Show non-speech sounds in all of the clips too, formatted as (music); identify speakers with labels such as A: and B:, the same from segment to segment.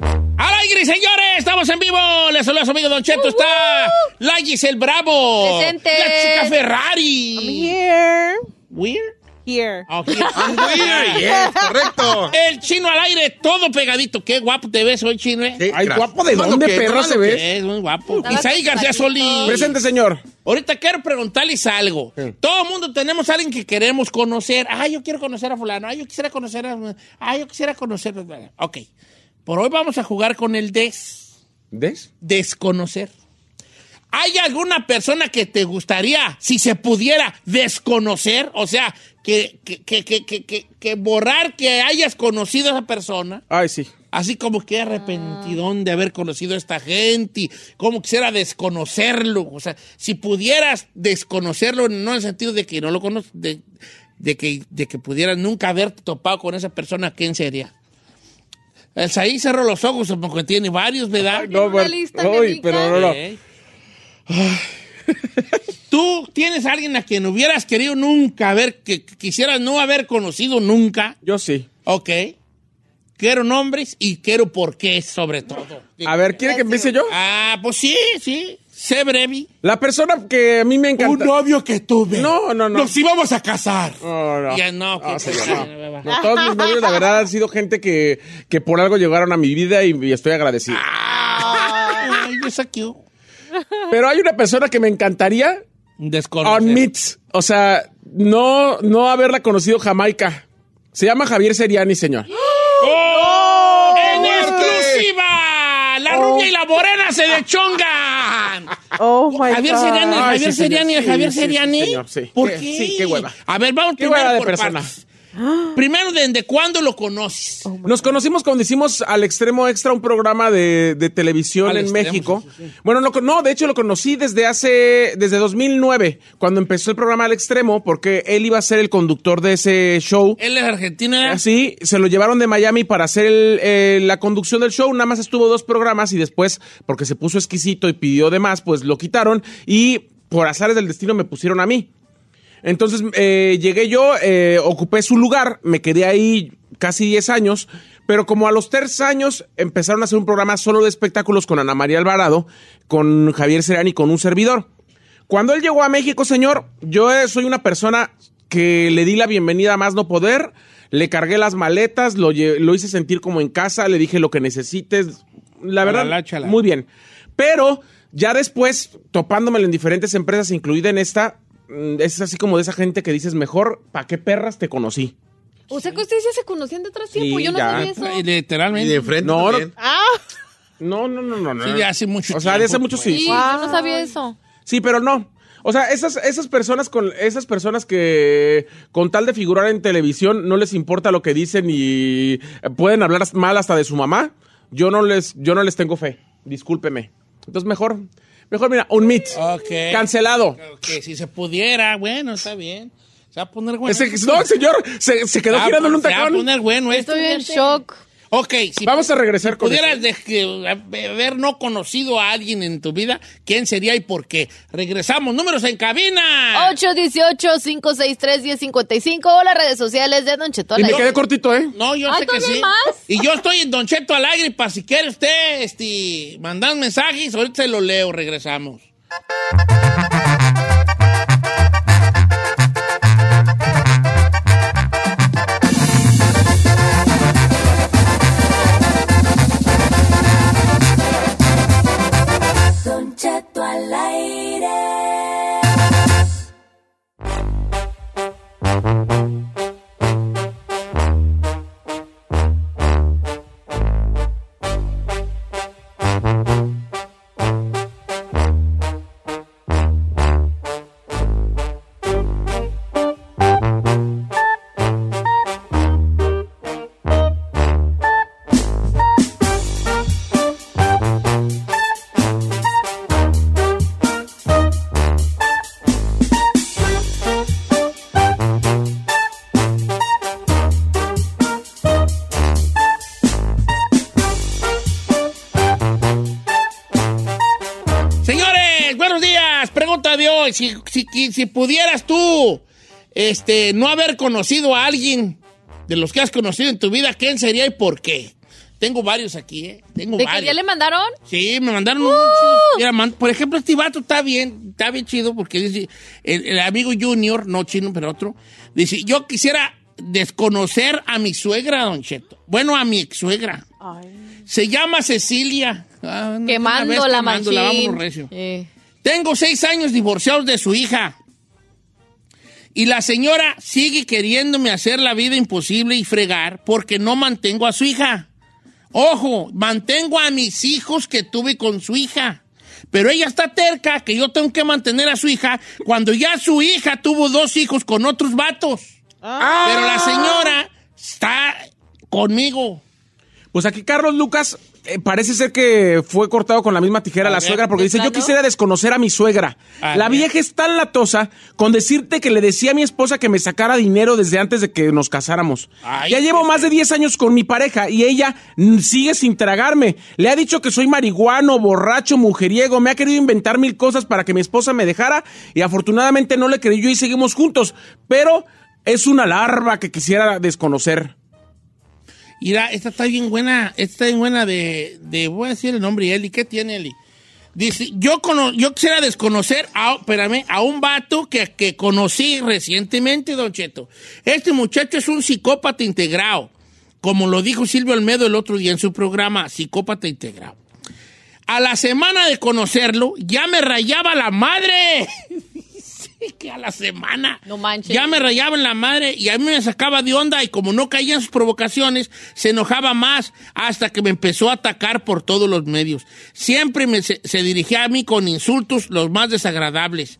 A: ¡Al aire, señores! ¡Estamos en vivo! Les saluda su amigo Don Cheto. Está la Giselle Bravo.
B: Uh-huh. Presente.
A: La chica Ferrari.
B: Here.
A: Weird.
B: Here.
A: Oh,
B: (laughs)
A: here.
C: Weird, yes, correcto.
A: El chino al aire, todo pegadito. Qué guapo te ves hoy, chino. eh.
C: Sí,
D: Ay,
C: gracias.
D: guapo, ¿de
C: Todo
D: dónde
C: lo que-
D: perra
C: todo
D: se
C: lo
D: ve?
A: Es muy guapo.
B: Estaba
A: Isaí García Solís.
D: Presente, señor.
A: Ahorita quiero preguntarles algo.
D: Sí.
A: Todo el mundo tenemos a alguien que queremos conocer. Ah, yo quiero conocer a fulano. Ah, yo quisiera conocer a... Ah, yo quisiera conocer... Ok. Por hoy vamos a jugar con el des.
D: ¿Des?
A: Desconocer. ¿Hay alguna persona que te gustaría, si se pudiera, desconocer? O sea, que, que, que, que, que, que- que borrar que hayas conocido a esa persona.
D: Ay, sí.
A: Así como que arrepentidón de haber conocido a esta gente, y cómo quisiera desconocerlo. O sea, si pudieras desconocerlo, no en el sentido de que no lo conoces, de, de que, de que pudieras nunca haber topado con esa persona, ¿quién sería? El Saí cerró los ojos, porque tiene varios, ¿verdad?
B: Tiene una
D: pero-
B: lista, mi
D: uy,
B: amiga.
D: pero no, no.
A: Ok. ¿Tú tienes a alguien a quien hubieras querido nunca haber, que que quisieras no haber conocido nunca?
D: Yo sí.
A: Ok. Quiero nombres y quiero por qué, sobre todo.
D: A ver, ¿quiere que empiece yo?
A: Ah, pues sí, sí. Sé breve.
D: La persona que a mí me encanta.
A: novio que tuve.
D: No, no, no.
A: Nos íbamos a casar.
D: No, no.
A: Ya no, pues, que
D: No,
A: se-
D: señor, no. No, todos mis novios, la verdad, han sido gente que, que por algo llegaron a mi vida y, y estoy agradecido.
A: Ah. Ay, yo saqué un
D: Pero hay una persona que me encantaría
A: desconocido.
D: on meets. O sea, no, no haberla conocido Jamaica. Se llama Javier Seriani, señor.
A: ¡Oh! ¡En
D: fuerte! Ah.
A: exclusiva! ¡La rubia y la morena se dechongan!
B: Oh my
A: Javier
B: God.
A: Seriani,
D: Ay,
A: Javier
D: sí, señor.
A: Seriani,
D: Sí,
A: Javier
D: sí, sí,
A: Seriani.
D: señor, sí.
A: ¿Por
D: Qué-
A: qué?
D: sí, qué hueva.
A: A ver, vamos
D: Qué
A: primero
D: hueva de
A: por
D: persona.
A: partes. Primero, ¿desde cuándo lo conoces?
D: Nos conocimos cuando hicimos al extremo extra un programa de, de televisión
A: Al
D: en
A: Extremo,
D: México.
A: sí, sí,
D: Bueno, no, no, de hecho lo conocí desde hace, desde 2009, cuando empezó el programa al extremo, porque él iba a ser el conductor de ese show.
A: Él es argentino, ¿eh?
D: Así, se lo llevaron de Miami para hacer el, eh, la conducción del show. Nada más estuvo dos programas y después, porque se puso exquisito y pidió de más, pues lo quitaron y por azares del destino me pusieron a mí. Entonces eh, llegué yo, eh, ocupé su lugar, me quedé ahí casi 10 años, pero como a los tres años empezaron a hacer un programa solo de espectáculos con Ana María Alvarado, con Javier Serán y con un servidor. Cuando él llegó a México, señor, yo eh, soy una persona que le di la bienvenida a más no poder, le cargué las maletas, lo, lle- lo hice sentir como en casa, le dije lo que necesites, la verdad,
A: la chala.
D: muy bien. Pero ya después, topándomelo en diferentes empresas, incluida en esta, mm, es así como de esa gente que dices, mejor, ¿pa' qué perras te conocí?
B: O sea que ustedes ya se conocían de otras
D: Sí,
B: tiempo. Yo no
D: ya.
B: sabía eso.
A: Ah, Y Literalmente.
C: Y de frente
D: No,
C: también.
B: Ah,
D: No, no, no, no, no.
A: Sí, de hace mucho
D: O sea, de hace
A: tiempo,
D: mucho
A: pues.
D: sí.
B: sí, yo no sabía eso.
D: Sí, pero no. O sea, esas, esas personas con esas personas que con tal de figurar en televisión no les importa lo que dicen y eh, pueden hablar mal hasta de su mamá. Yo no les, yo no les tengo fe. Discúlpeme. Entonces mejor, mejor mira, un meet.
A: Ok.
D: Cancelado.
A: Que si se pudiera, bueno, está bien. Se va a poner bueno. pues,
D: Ese- no, señor, se, se quedó
A: Se va-
D: girando en un
A: Se va a
D: tacón.
A: poner bueno esto.
B: Estoy en
A: fíjate.
B: shock.
A: Ok, si
D: Vamos a regresar con
A: pudieras de- que- haber no conocido a alguien en tu vida, ¿quién sería y por qué? Regresamos, números en
D: Ah.
A: cabina.
E: 818-563-1055 o las redes sociales de Don Cheto. al
D: Y me
E: aire.
D: quedé cortito, ¿eh?
A: No, yo
E: Ah,
A: sé que
E: ¿todavía
A: sí.
E: más?
A: Y yo estoy en Don Cheto al aire para si quiere usted este, mandar mensajes, ahorita se lo leo, regresamos. Señores, buenos días. Pregunta de hoy. Si, si, qui- si pudieras tú este, no haber conocido a alguien de los que has conocido en tu vida, ¿quién sería y por qué? Tengo varios aquí, ¿eh? Tengo
B: ¿De que
A: varios.
B: ya le mandaron?
A: Sí, me mandaron un Mira, man- por ejemplo, este vato está bien, está bien chido porque dice, el, el amigo Junior, no chino, pero otro, dice, yo quisiera desconocer a mi suegra, don Cheto. Bueno, a mi ex suegra. Se llama Cecilia. Ah, no, una vez
E: Quemándola,
A: quemándola,
E: machín.
A: vámonos, recio.
E: Eh,
A: Tengo seis años divorciados de su hija. Y la señora sigue queriéndome hacer la vida imposible y fregar porque no mantengo a su hija. Ojo, mantengo a mis hijos que tuve con su hija. Pero ella está terca que yo tengo que mantener a su hija cuando ya su hija tuvo dos hijos con otros vatos. Pero la señora está conmigo.
D: Pues aquí Carlos Lucas eh, parece ser que fue cortado con la misma tijera
A: A
D: la
A: ver,
D: suegra porque
E: ¿de
D: dice, yo
E: plano?
D: quisiera desconocer a mi suegra.
A: A
D: la
A: ver.
D: vieja es tan latosa con decirte que le decía a mi esposa que me sacara dinero desde antes de que nos casáramos.
A: Ay,
D: ya
A: qué
D: llevo más de 10 años con mi pareja y ella mm, sigue sin tragarme. Le ha dicho que soy marihuano, borracho, mujeriego. Me ha querido inventar mil cosas para que mi esposa me dejara y afortunadamente no le creí yo y seguimos juntos. Pero es una larva que quisiera desconocer.
A: Mira, esta está bien buena, esta está bien buena de, de voy a decir el nombre, Eli, ¿qué tiene Eli? Dice, yo, cono- yo quisiera desconocer a, espérame, a un vato que, que conocí recientemente, Don Cheto. Este muchacho es un psicópata integrado, como lo dijo Silvio Almedo el otro día en su programa, psicópata integrado. A la semana de conocerlo, ya me rayaba la madre. (laughs) Dice que a la semana.
E: No manches.
A: Ya me rayaba en la madre y a mí me sacaba de onda y como no caía en sus provocaciones, se enojaba más hasta que me empezó a atacar por todos los medios. Siempre me, se, se dirigía a mí con insultos los más desagradables.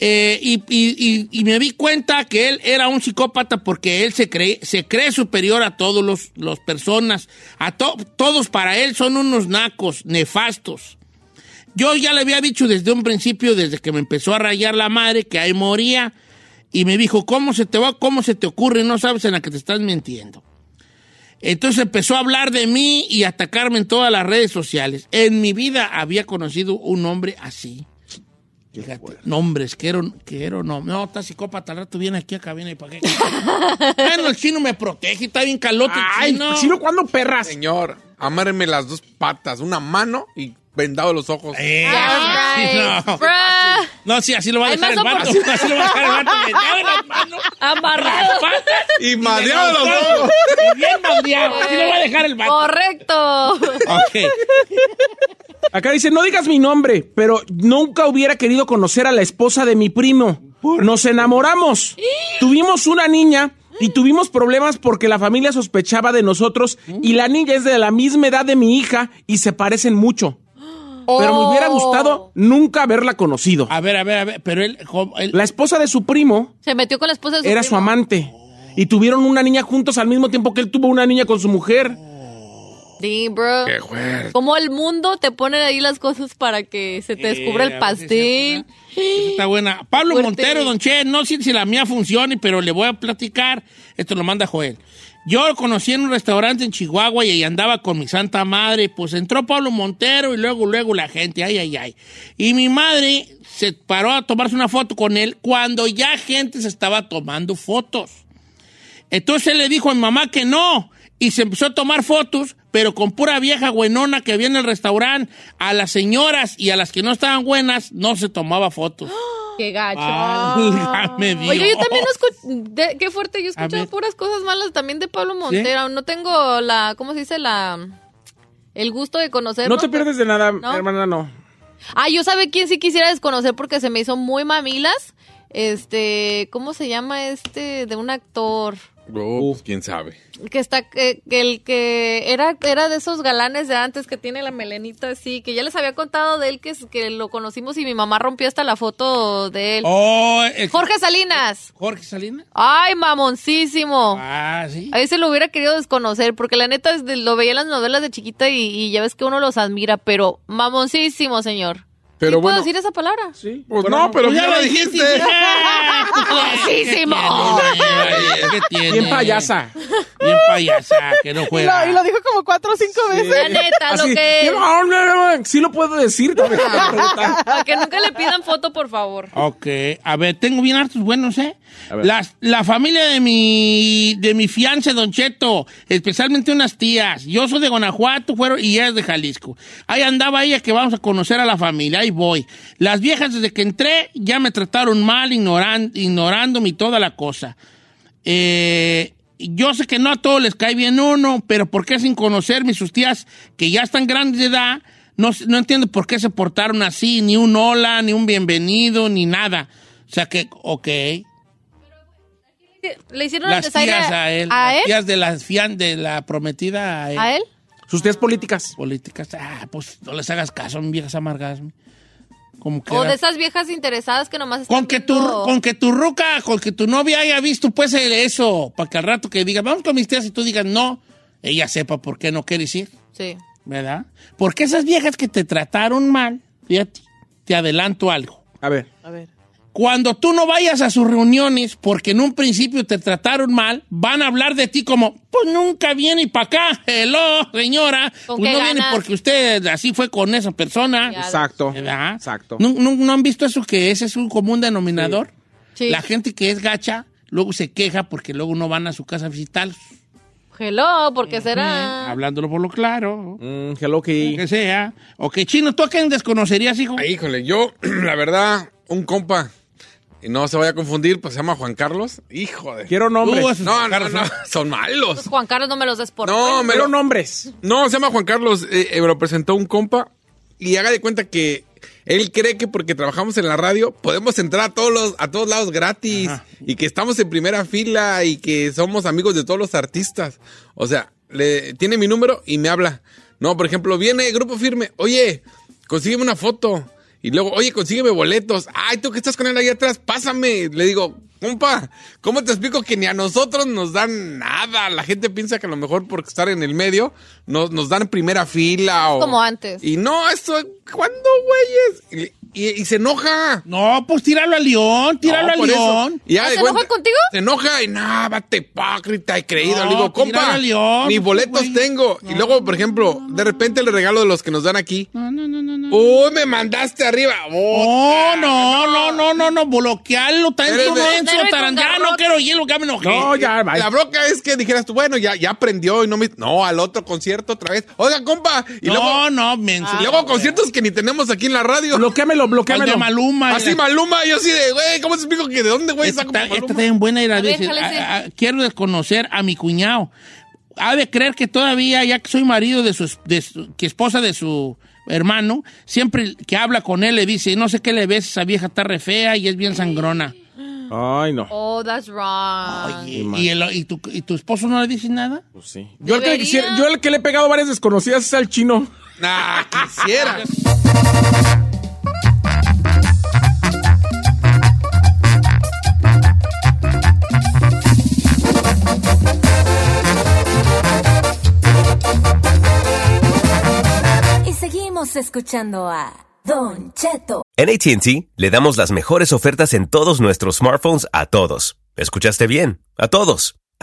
A: Eh, y, y- y- y me di cuenta que él era un psicópata porque él se cree, se cree superior a todos los, los personas. A to- todos para él son unos nacos, nefastos. Yo ya le había dicho desde un principio, desde que me empezó a rayar la madre, que ahí moría. Y me dijo, ¿cómo se te va? ¿Cómo se te ocurre? No sabes en la que te estás mintiendo. Entonces empezó a hablar de mí y a atacarme en todas las redes sociales. En mi vida había conocido un hombre así. Fíjate, nombres, que era, un- que era un hombre. No, está psicópata, al rato viene aquí a cabina y para qué. (laughs) bueno, el chino me protege, está bien calote el
D: Ay,
A: chino.
D: chino, ¿cuándo perras?
C: Señor, amárreme las dos patas, una mano y vendado los ojos.
A: Eh,
D: Ah,
E: (laughs)
A: no.
E: Bruh.
A: No, sí, así lo va a
E: Hay
A: dejar el
E: más
A: vato.
E: oportunidades.
A: Así lo va a dejar el vato.
E: (laughs)
A: Metido en las manos.
E: Amarrado.
A: en las patas,
C: Y
A: en
C: madreado
A: los
C: los
A: ojos.
C: ojos.
A: Y bien madreado. Así lo va a dejar el vato.
E: Correcto.
A: Ok.
D: Acá dice, no digas mi nombre, pero nunca hubiera querido conocer a la esposa de mi primo. Nos enamoramos. Tuvimos una niña y tuvimos problemas porque la familia sospechaba de nosotros y la niña es de la misma edad de mi hija y se parecen mucho. (laughs) Pero me hubiera
E: Oh.
D: gustado nunca haberla conocido.
A: A ver, a ver, a ver. Pero él. jo- él-
D: La esposa de su primo
E: Se metió con la esposa de su
D: era su
E: primo.
D: amante y tuvieron una niña juntos al mismo tiempo que él tuvo una niña con su mujer.
E: Sí, bro.
C: Qué fuerte.
E: Como el mundo te pone ahí las cosas para que se te descubra
A: Eh, a ver
E: el
A: si es
E: pastel.
A: cierto, ¿verdad? Esa Está buena. Pablo
E: Fuerte.
A: Montero, don Che, no sé si la mía funcione, pero le voy a platicar. Esto lo manda Joel. Yo lo conocí en un restaurante en Chihuahua y ahí andaba con mi santa madre. Pues entró Pablo Montero y luego, luego la gente, ay, ay, ay. Y mi madre se paró a tomarse una foto con él cuando ya gente se estaba tomando fotos. Entonces él le dijo a mi mamá que no y se empezó a tomar fotos, pero con pura vieja buenona que había en el restaurante. A las señoras y a las que no estaban buenas no se tomaba fotos.
E: Qué gacho.
A: Ah, (laughs) Válgame Dios.
E: Oiga, yo también no escu- de- qué fuerte, yo he
A: A
E: escuchado
A: ver.
E: puras cosas malas también de Pablo Montero. No tengo la, ¿cómo se dice? La, el gusto de conocerlo.
D: No te pierdes de nada,
E: No.
D: hermana, no.
E: Ah, yo sabe quién sí quisiera desconocer porque se me hizo muy mamilas. Este, ¿cómo se llama este? De un actor
C: Oh, pues, quién sabe.
E: que está, que, que el que era, era de esos galanes de antes que tiene la melenita así, que ya les había contado de él que, es- que lo conocimos y mi mamá rompió hasta la foto de él.
A: Oh, eh,
E: Jorge Salinas.
A: Jorge Salinas.
E: Ay, mamoncísimo.
A: Ah, sí.
E: A veces lo hubiera querido desconocer, porque la neta desde- lo veía en las novelas de chiquita y, y ya ves que uno los admira, pero mamoncísimo, señor.
C: Pero bueno.
E: ¿Sí ¿Puedo decir esa palabra?
D: Sí.
C: Pues no, pero ya lo dijiste.
A: (laughs)
E: Famosísimo.
A: ¿Qué tiene?
D: Bien payasa.
A: Bien payasa, que no
B: Y
A: juega.
B: lo, y lo dijo como cuatro o cinco veces.
E: La neta,
D: Así,
E: lo que...
D: Sí lo puedo decir. no me dejes de preguntar.
E: Para que nunca le pidan foto, por favor.
A: Ok, a ver, tengo bien hartos buenos, ¿eh?
D: A ver.
A: Las- la familia de mi, de mi fiance, Don Cheto, especialmente unas tías. Yo soy de Guanajuato fueron, y ella es de Jalisco. Ahí andaba ella que vamos a conocer a la familia, ahí voy. Las viejas desde que entré ya me trataron mal, ignoran- ignorándome y toda la cosa. Eh, yo sé que no a todos les cae bien uno, pero ¿por qué sin conocerme y sus tías que ya están grandes de edad? No, s- no entiendo por qué se portaron así, ni un hola, ni un bienvenido, ni nada. O sea que, ok,
E: Le hicieron el
A: las
E: desaire
A: tías a él,
E: ¿A
A: las
E: él?
A: tías de la, fian, de la prometida a él.
E: ¿A él?
D: Sus tías políticas.
A: Políticas, ah, pues no les hagas caso, son viejas amargadas. Como que
E: O
A: era-
E: de esas viejas interesadas que nomás están
A: Con que, tu,
E: viendo-
A: con que tu ruca, con que tu novia haya visto pues el- eso, para que al rato que diga, vamos con mis tías y tú digas no, ella sepa por qué no quieres ir,
E: Sí.
A: ¿verdad? Porque esas viejas que te trataron mal, fíjate, te adelanto algo.
D: A ver.
B: A ver.
A: Cuando tú no vayas a sus reuniones porque en un principio te trataron mal, van a hablar de ti como, pues nunca viene para acá, hello, señora,
E: ¿Con
A: pues
E: qué
A: no viene
E: ganas?
A: porque usted así fue con esa persona.
E: Ya.
D: Exacto.
A: ¿Verdad?
D: Exacto.
A: ¿No, no, no han visto eso que ese es un común denominador?
E: Sí.
A: La gente que es gacha luego se queja porque luego no van a su casa a visitarlos.
E: Hello, porque será...
A: Hablándolo por lo claro,
D: Mm, hello, Kitty.
A: que sea. O que chino, ¿tú a quién desconocerías, hijo?
C: Ay, ah, híjole, yo, (clears throat) la verdad, un compa, y no se vaya a confundir, pues se llama Juan Carlos. Hijo de.
D: Quiero
A: Tú,
D: nombres.
A: esos
C: No, no,
A: Carlos,
C: no, son
A: pues
C: malos.
E: Juan Carlos no me los des por
C: No, me
D: Quiero nombres.
C: No, se llama Juan Carlos, eh, eh, me lo presentó un compa y haga de cuenta que él cree que porque trabajamos en la radio podemos entrar a todos los, a todos lados gratis y que estamos en primera fila y que somos amigos de todos los artistas. O sea, le, tiene mi número y me habla. No, por ejemplo, viene Grupo Firme, oye, consígueme una foto. Y luego, oye, consígueme boletos. Ay, tú que estás con él ahí atrás, pásame. Le digo, compa, ¿cómo te explico que ni a nosotros nos dan nada? La gente piensa que a lo mejor por estar en el medio nos, nos dan primera fila o...
E: como antes.
C: Y no, esto, ¿cuándo, güeyes? Y, y- y se enoja.
A: No, pues tíralo al león, tíralo
C: No,
A: al
C: por eso.
A: león.
C: Y ya
E: ¿Ah,
C: de
E: se enoja contigo?
C: Se enoja y nada, bate hipócrita y creído.
A: No,
C: le digo,
A: pues, mira,
C: compa,
A: León,
C: ni
A: pues,
C: boletos
A: güey.
C: tengo. y luego, por ejemplo, de repente el regalo de los que nos dan aquí.
A: No, no, no, no, no.
C: Uy, me mandaste arriba.
A: No, no, no, no, no, no, bloquearlo,
C: Eres
A: tanto
C: de-
A: menso,
E: Pero es un
A: taran- Ya
E: garrote.
A: no quiero oírlo, ya me enojé.
D: No, ya, bye.
C: La bronca es que dijeras tú, bueno, ya, ya aprendió y no me. No, al otro concierto otra vez. Oiga, compa. Y
A: no,
C: luego, Ah.
A: no, menso.
C: y luego conciertos que ni tenemos aquí en la radio.
D: Bloquéamelo,
A: Al de
D: bloquéamelo.
A: Maluma.
C: Así Maluma, yo así de, güey, ¿cómo te explico que de dónde, güey,
A: Esta
C: saco
A: está,
C: a
A: esta
C: Pues Maluma?
A: está bien buena y la
E: A ver,
A: dice,
E: jálese.
A: "Ah, ah, quiero desconocer a mi cuñado. Ha de creer que todavía, ya que soy marido de su, es- de su- que esposa de su hermano, siempre que habla con él le dice, no sé qué le ves, esa vieja está re fea y es bien sangrona.
D: Ay, no.
E: Oh, that's wrong.
A: Oye, ¿y, el- y tu, y tu esposo no le dice nada?
D: Pues sí. Yo el, que le
E: Debería.
D: quisiera- yo el que le he pegado varias desconocidas es al chino.
C: Nah, quisiera.
F: Y seguimos escuchando a Don Cheto.
G: En ATT le damos las mejores ofertas en todos nuestros smartphones a todos. ¿Escuchaste bien? A todos.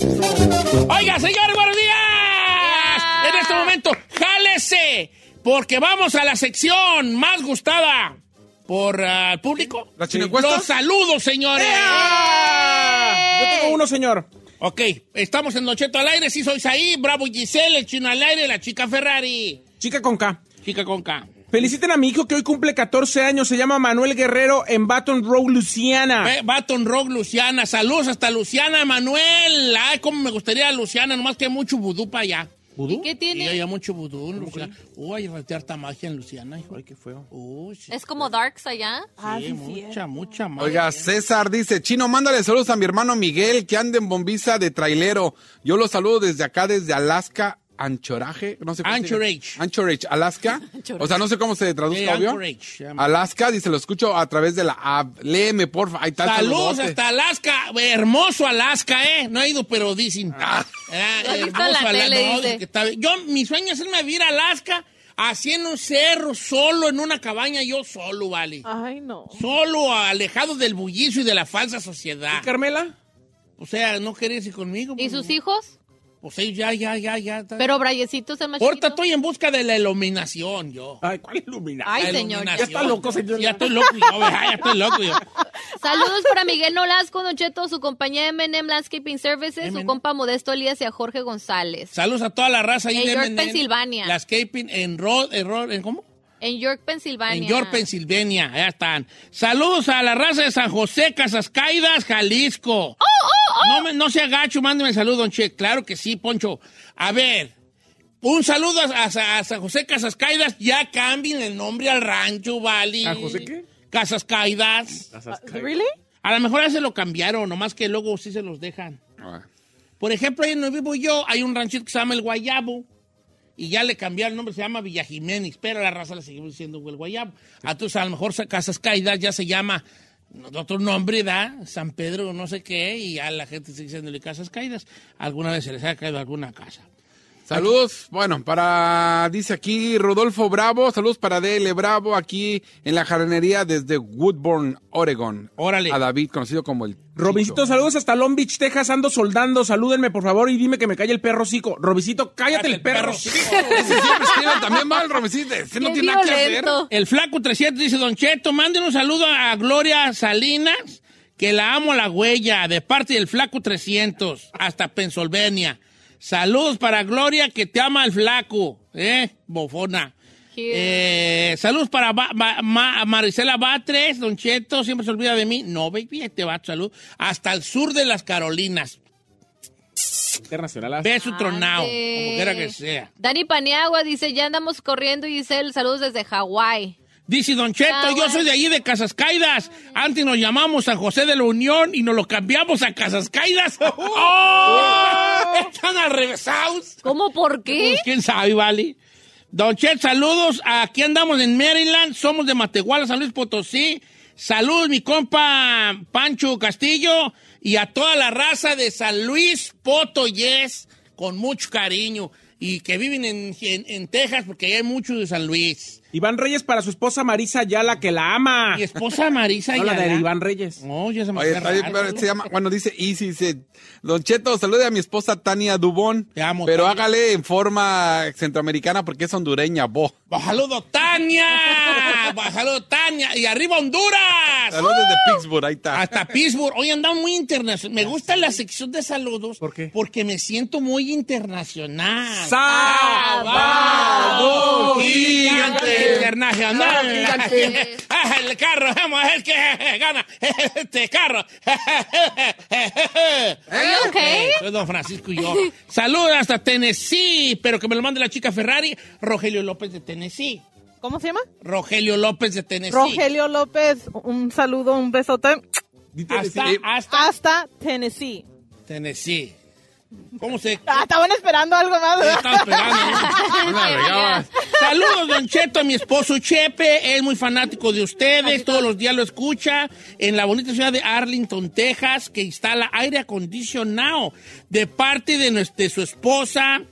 A: Oiga, señores, buenos días. En este momento, jálese, porque vamos a la sección más gustada por ah, el público.
D: ¿La
A: Sí.
D: chinacuesta?
A: Los saludos, señores.
D: Yo tengo uno, señor.
A: Ok, estamos en Nocheto al aire, sí sois ahí, Bravo Giselle, el chino al aire, la chica Ferrari.
D: Chica con K.
A: Chica con K.
D: Feliciten a mi hijo que hoy cumple 14 años. Se llama Manuel Guerrero en Baton Rouge, Luciana.
A: Ve- Baton Eh, Rock, Luciana, saludos hasta Luciana, Manuel. Ay, cómo me gustaría Luciana, nomás que hay mucho vudú para allá.
E: ¿Y qué tiene?
A: Sí, hay mucho vudú en Luciana. Uy, hay harta magia en Luciana, hijo.
D: Ay, qué feo.
A: Uy, sí,
E: Es como Darks allá.
B: Ah,
A: sí,
B: sí,
A: mucha, mucha magia.
C: Oiga, César dice, Chino, mándale saludos a mi hermano Miguel, que anda en bombiza de trailero. Yo los saludo desde acá, desde Alaska, Anchoraje, no sé cómo se dice.
A: Anchorage.
C: Anchorage,
A: (laughs)
C: Alaska. O sea, no sé cómo se traduzca,
A: Eh,
C: obvio.
A: Anchorage, llama.
C: Alaska, dice, lo escucho a través de la app. Léeme, porfa. Ahí está el
A: Saludos
C: saludote.
A: hasta Alaska, hermoso Alaska, ¿eh? No he ido, pero dicen. Ah,
E: Lo has visto en
A: hermoso
E: la
A: Ala-
E: tele,
A: no,
E: dice.
A: dicen que está bien. Yo, mi sueño es irme a vivir a Alaska, así en un cerro, solo en una cabaña, yo solo, vale.
B: Ay, no.
A: Solo, alejado del bullicio y de la falsa sociedad.
D: ¿Y Carmela?
A: O sea, no querés ir conmigo.
E: ¿Y
A: pues,
E: sus hijos?
A: Pues sí, ya, ya, ya, ya. está.
E: Pero Brayecito es el más
A: Ahorita
E: chiquito.
A: estoy en busca de la iluminación, yo.
D: Ay, ¿cuál iluminación?
E: Ay,
A: La
E: señor.
A: iluminación.
D: Ya está loco, señor.
A: Ya estoy loco, yo, vea, ya estoy loco, yo.
E: Saludos para Miguel Nolasco, Don Cheto, su compañía M&M Landscaping Services, su
A: M&M.
E: compa Modesto Elías y a Jorge González.
A: Saludos a toda la raza ahí
E: En
A: de
E: York,
A: M&M.
E: Pensilvania.
A: La escaping en Rod, en Rod, en ¿cómo?
E: En York, Pensilvania.
A: En York, Pensilvania. Allá están. Saludos a la raza de San José, Casas Caídas, Jalisco.
E: Oh,
A: No, me, no se agacho, mándeme el saludo, don Che. Claro que sí, Poncho. A ver, un saludo a, a- a San José, Casas Caídas. Ya cambien el nombre al rancho, ¿vale?
D: ¿San José qué?
A: Casas Caídas.
B: ¿Really?
A: A lo mejor ya se lo cambiaron, nomás que luego sí se los dejan.
C: Ah.
A: Por ejemplo, ahí donde vivo yo, hay un ranchito que se llama El Guayabo. Y ya le cambiaron el nombre, se llama Villa Jiménez, pero la raza le seguimos diciendo El Guayabo. Ah, Entonces, a lo mejor sa- Casas Caídas ya se llama otro nombre, ¿da? San Pedro, no sé qué, y ya la gente sigue diciéndole Casas Caídas. Alguna vez se les ha caído alguna casa.
C: Saludos, bueno, para, dice aquí Rodolfo Bravo, saludos para DL Bravo, aquí en la jardinería desde Woodburn, Oregon.
A: Órale.
C: A David, conocido como el...
D: Robincito,
C: Chicho.
D: saludos hasta Long Beach, Texas. Ando soldando. Salúdenme, por favor, y dime que me calle el perro hocico. Robincito, cállate el perro hocico.
C: (laughs) Ese siempre escribe también mal, Robincito, ese no
E: Qué
C: tiene nada que hacer.
E: violento.
A: (laughs) El Flaco 300 dice, Don Cheto, manden un saludo a Gloria Salinas, que la amo a la huella, de parte del Flaco 300, hasta Pensilvania. Saludos para Gloria, que te ama el Flaco, ¿eh? Bofona. Eh, saludos para Ba- Ma- Ma- Marisela Batres, Don Cheto, siempre se olvida de mí. No, baby, este va, salud. Hasta el sur de las Carolinas.
D: Internacional. ah.
A: Beso tronado, como
E: Ande.
A: quiera que sea.
E: Dani Paniagua dice, ya andamos corriendo, Giselle, saludos desde Hawái.
A: Dice Don Cheto,
E: Ah,
A: yo
E: bueno.
A: soy de allí de Casas Caídas. Antes nos llamamos San José de la Unión y nos lo cambiamos a Casas Caídas. ¡Oh! Están arrevesados.
E: ¿Cómo? ¿Por qué?
A: Pues, quién sabe, vale. Don Cheto, saludos. Aquí andamos en Maryland. Somos de Matehuala, San Luis Potosí. Saludos, mi compa Pancho Castillo y a toda la raza de San Luis Potoyes con mucho cariño. y que viven en, en- en Texas porque ahí hay mucho de San Luis.
D: Iván Reyes para su esposa Marisa Ayala, que la ama.
A: Mi esposa Marisa
D: No, la de
A: Ayala.
D: Iván Reyes.
A: No, ya se me
C: Oye,
A: fue
C: está bien,
A: raro,
C: pero
A: ¿no?
C: se llama, bueno, dice Easy, dice, Don Cheto, salude a mi esposa Tania Dubón,
A: Te amo,
C: pero
A: Tania.
C: hágale en forma centroamericana porque es hondureña, bo.
A: ¡Saludo,
C: (laughs)
A: Tania! ¡Saludo, Tania! ¡Y arriba Honduras!
C: Saludos desde Pittsburgh, ahí está.
A: Hasta Pittsburgh. Hoy andamos muy internacional. Me gusta la sección de saludos.
D: ¿Por qué?
A: Porque me siento muy internacional.
D: ¡Sábado
A: Gigante internacional.
E: Gigante.
A: Ah, El carro, vamos, es el que gana este carro.
E: you okay?
A: Soy Eh, don Francisco y yo. Saludos hasta Tennessee, pero que me lo mande la chica Ferrari, Rogelio López de Tennessee.
B: ¿Cómo se llama?
A: Rogelio López de Tennessee.
B: Rogelio López, un saludo, un besote.
A: Hasta, hasta
B: Hasta Tennessee.
A: Tennessee. ¿Cómo se...?
B: Ah, estaban esperando algo más.
A: ¿Qué
B: ¿verdad?
A: estás pegando? ¿eh? Saludos, Don Cheto, a mi esposo Chepe. Es muy fanático de ustedes. Todos los días lo escucha en la bonita ciudad de Arlington, Texas, que instala aire acondicionado de parte de, nues- de su esposa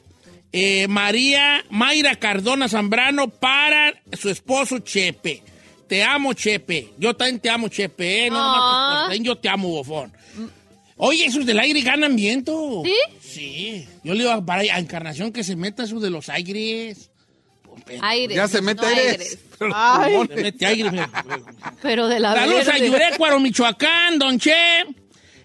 A: eh, María Mayra Cardona Zambrano para su esposo Chepe. Te amo, Chepe. Yo también te amo, Chepe. ¿eh? No, nomás que-
E: Ah.
A: también yo te amo, bofón. Oye, esos del aire ganan viento.
E: ¿Sí?
A: Sí. Yo le digo a, para- a Encarnación que se meta esos de los aires. Pues,
E: (laughs) Aires.
C: ya se mete
E: no
C: aires.
E: aires.
B: Ay,
A: Se mete aire. (laughs)
E: Pero de la
A: Saludos a
E: verde.
A: Yurecuaro, Michoacán, don Che.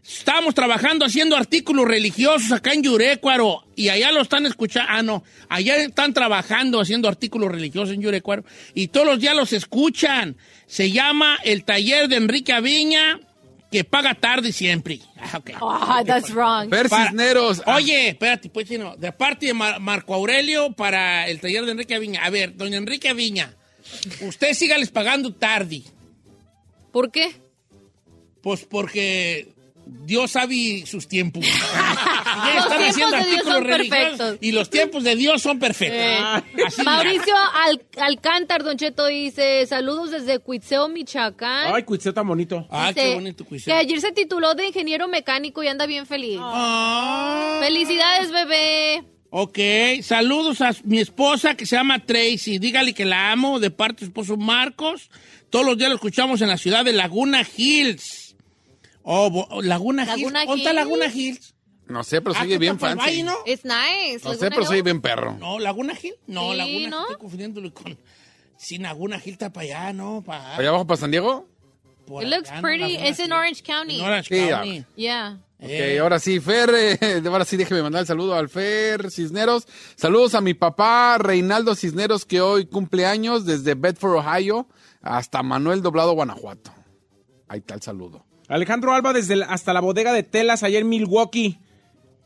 A: Estamos trabajando haciendo artículos religiosos acá en Yurecuaro. Y allá lo están escuchando. Ah, no. Allá están trabajando haciendo artículos religiosos en Yurecuaro. Y todos los días los escuchan. Se llama el taller de Enrique Aviña, que paga tarde y siempre. Ah, ok.
E: Ah, that's wrong.
C: Ver
A: Para-
C: Cisneros. Ah,
A: Oye, espérate, pues chino, de parte de Mar- Marco Aurelio para el taller de Enrique Aviña. A ver, don Enrique Aviña, usted sígales pagando tarde.
E: ¿Por qué?
A: Pues porque Dios sabe sus
E: (laughs)
A: tiempos. Ya
E: Los
A: están
E: tiempos
A: haciendo
E: de Dios
A: artículos
E: son
A: religiosos
E: perfectos.
A: Y los tiempos de Dios son perfectos.
E: Eh,
A: Así
E: Mauricio Al- Alcántar, Don Cheto, dice, saludos desde Cuitzeo, Michoacán.
D: Ay, cuitzeo tan bonito.
A: Ah,
E: Dice
A: qué bonito
E: Que
A: cuisine.
E: ayer se tituló de ingeniero mecánico y anda bien feliz.
A: Ah,
E: Felicidades, bebé.
A: ok, saludos a mi esposa que se llama Tracy. Dígale que la amo de parte de su esposo Marcos. Todos los días lo escuchamos en la ciudad de Laguna Hills. Oh, bo- oh, Laguna,
E: Laguna
A: Hills. ¿Dónde está
E: Hills?
A: Laguna Hills?
C: No sé, pero
A: Ah,
C: sigue
A: tú
C: bien
A: estás por el
C: fancy.
A: valle,
C: No
A: ¿no?
E: It's nice.
C: sé,
E: Laguna
C: pero sigue
E: Hills.
C: bien perro.
A: No, Laguna Hill. No,
E: Sí,
A: Laguna
E: ¿no?
A: Estoy confundiéndolo con. Sí, Laguna Hill está para allá, ¿no? Para
C: ¿Allá abajo para San Diego?
A: por
E: It looks
A: allá, ¿no?
E: pretty.
A: Laguna
E: It's in
A: Hill.
E: Orange County.
A: En Orange
C: Sí,
A: County.
C: ah.
E: Yeah.
C: Ok,
A: Eh,
C: ahora sí, Fer, eh, (laughs) ahora sí déjeme mandar el saludo al Fer Cisneros. Saludos a mi papá Reinaldo Cisneros que hoy cumple años desde Bedford, Ohio, hasta Manuel Doblado, Guanajuato. Ahí está el saludo.
D: Alejandro Alba desde la- hasta la bodega de telas ayer en Milwaukee,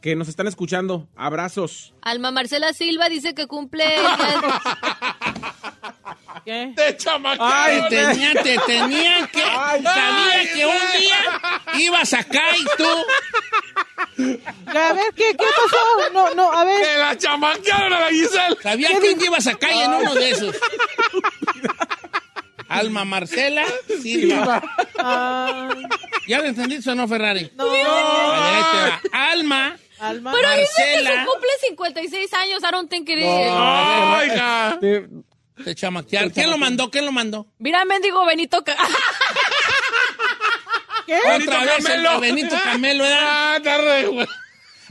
D: que nos están escuchando. Abrazos.
E: Alma Marcela Silva dice que cumple. el día-
B: ¿qué?
D: Ay,
A: te
D: te-
A: tenía, te tenía que.
D: Ay,
A: sabía
D: ay,
A: que un día ibas acá y tú.
B: A ver, ¿qué, qué pasó? No, no, a ver.
C: la chamaquearon a la Giselle!
A: Sabía que un día ibas acá y en uno de esos. Alma Marcela Silva.
B: Ah,
A: ¿Ya lo entendiste o no, Ferrari?
B: no,
A: Ahí te va. Alma.
B: Alma.
E: Pero dice que
A: Marcela.
E: se cumple 56 años. I don't think it is.
C: ¡Oiga!
D: te-
A: Te chamaquearon. ¿Quién lo mandó? ¿Quién lo mandó?
E: Mira, mendigo Benito. Ca- (laughs)
B: ¿Qué?
A: Otra vez Camelo. Benito Camelo,
C: (laughs)
A: ¿verdad?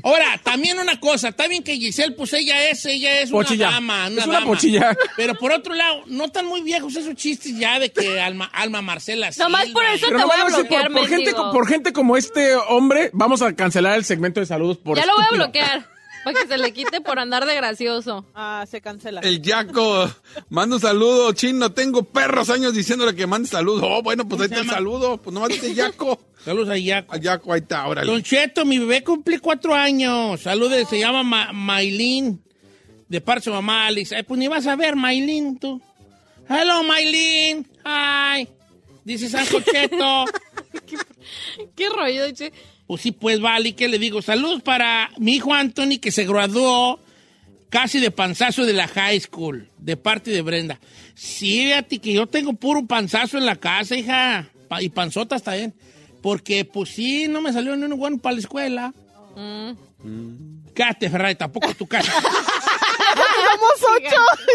A: Ahora, también una cosa, está bien que Giselle, pues ella es, ella es
D: Pochilla.
A: una dama, una
D: Es una
A: dama.
D: pochilla.
A: Pero por otro lado, no están muy viejos esos chistes ya de que Alma, Alma Marcela
E: Nomás
A: Silva
E: por
A: y-
E: eso
D: Pero
E: te
D: no
E: voy a
D: vale decir,
E: bloquear,
D: por, por gente,
E: mendigo.
D: co- por gente como este hombre, vamos a cancelar el segmento de saludos por
E: ya lo voy a
D: estúpido.
E: bloquear. Para que se le quite por andar de gracioso.
B: Ah, se cancela.
C: El Jaco, manda un saludo, chino. Tengo perros años diciéndole que mande saludo. Oh, bueno, pues ahí está el saludo. Pues nomás dice Jaco.
A: Saludos a Yaco.
C: Al Jaco, ahí está,
A: Don
C: órale.
A: Cheto, mi bebé cumple cuatro años. Saludos, se llama Ma- Maylin. De parte de su mamá, Alex. Ay, pues ni vas a ver, Maylin, tú. Hello, Maylin. Hi. Dice San Cheto.
E: Qué rollo, che.
A: Pues sí, pues vale, ¿qué le digo? Saludos para mi hijo Anthony que se graduó casi de panzazo de la high school, de parte de Brenda. Sí, fíjate que yo tengo puro panzazo en la casa, hija, pa- y panzotas también, porque pues sí, no me salió Mm. ni un bueno para la escuela. Cállate, Ferrari, tampoco tu casa.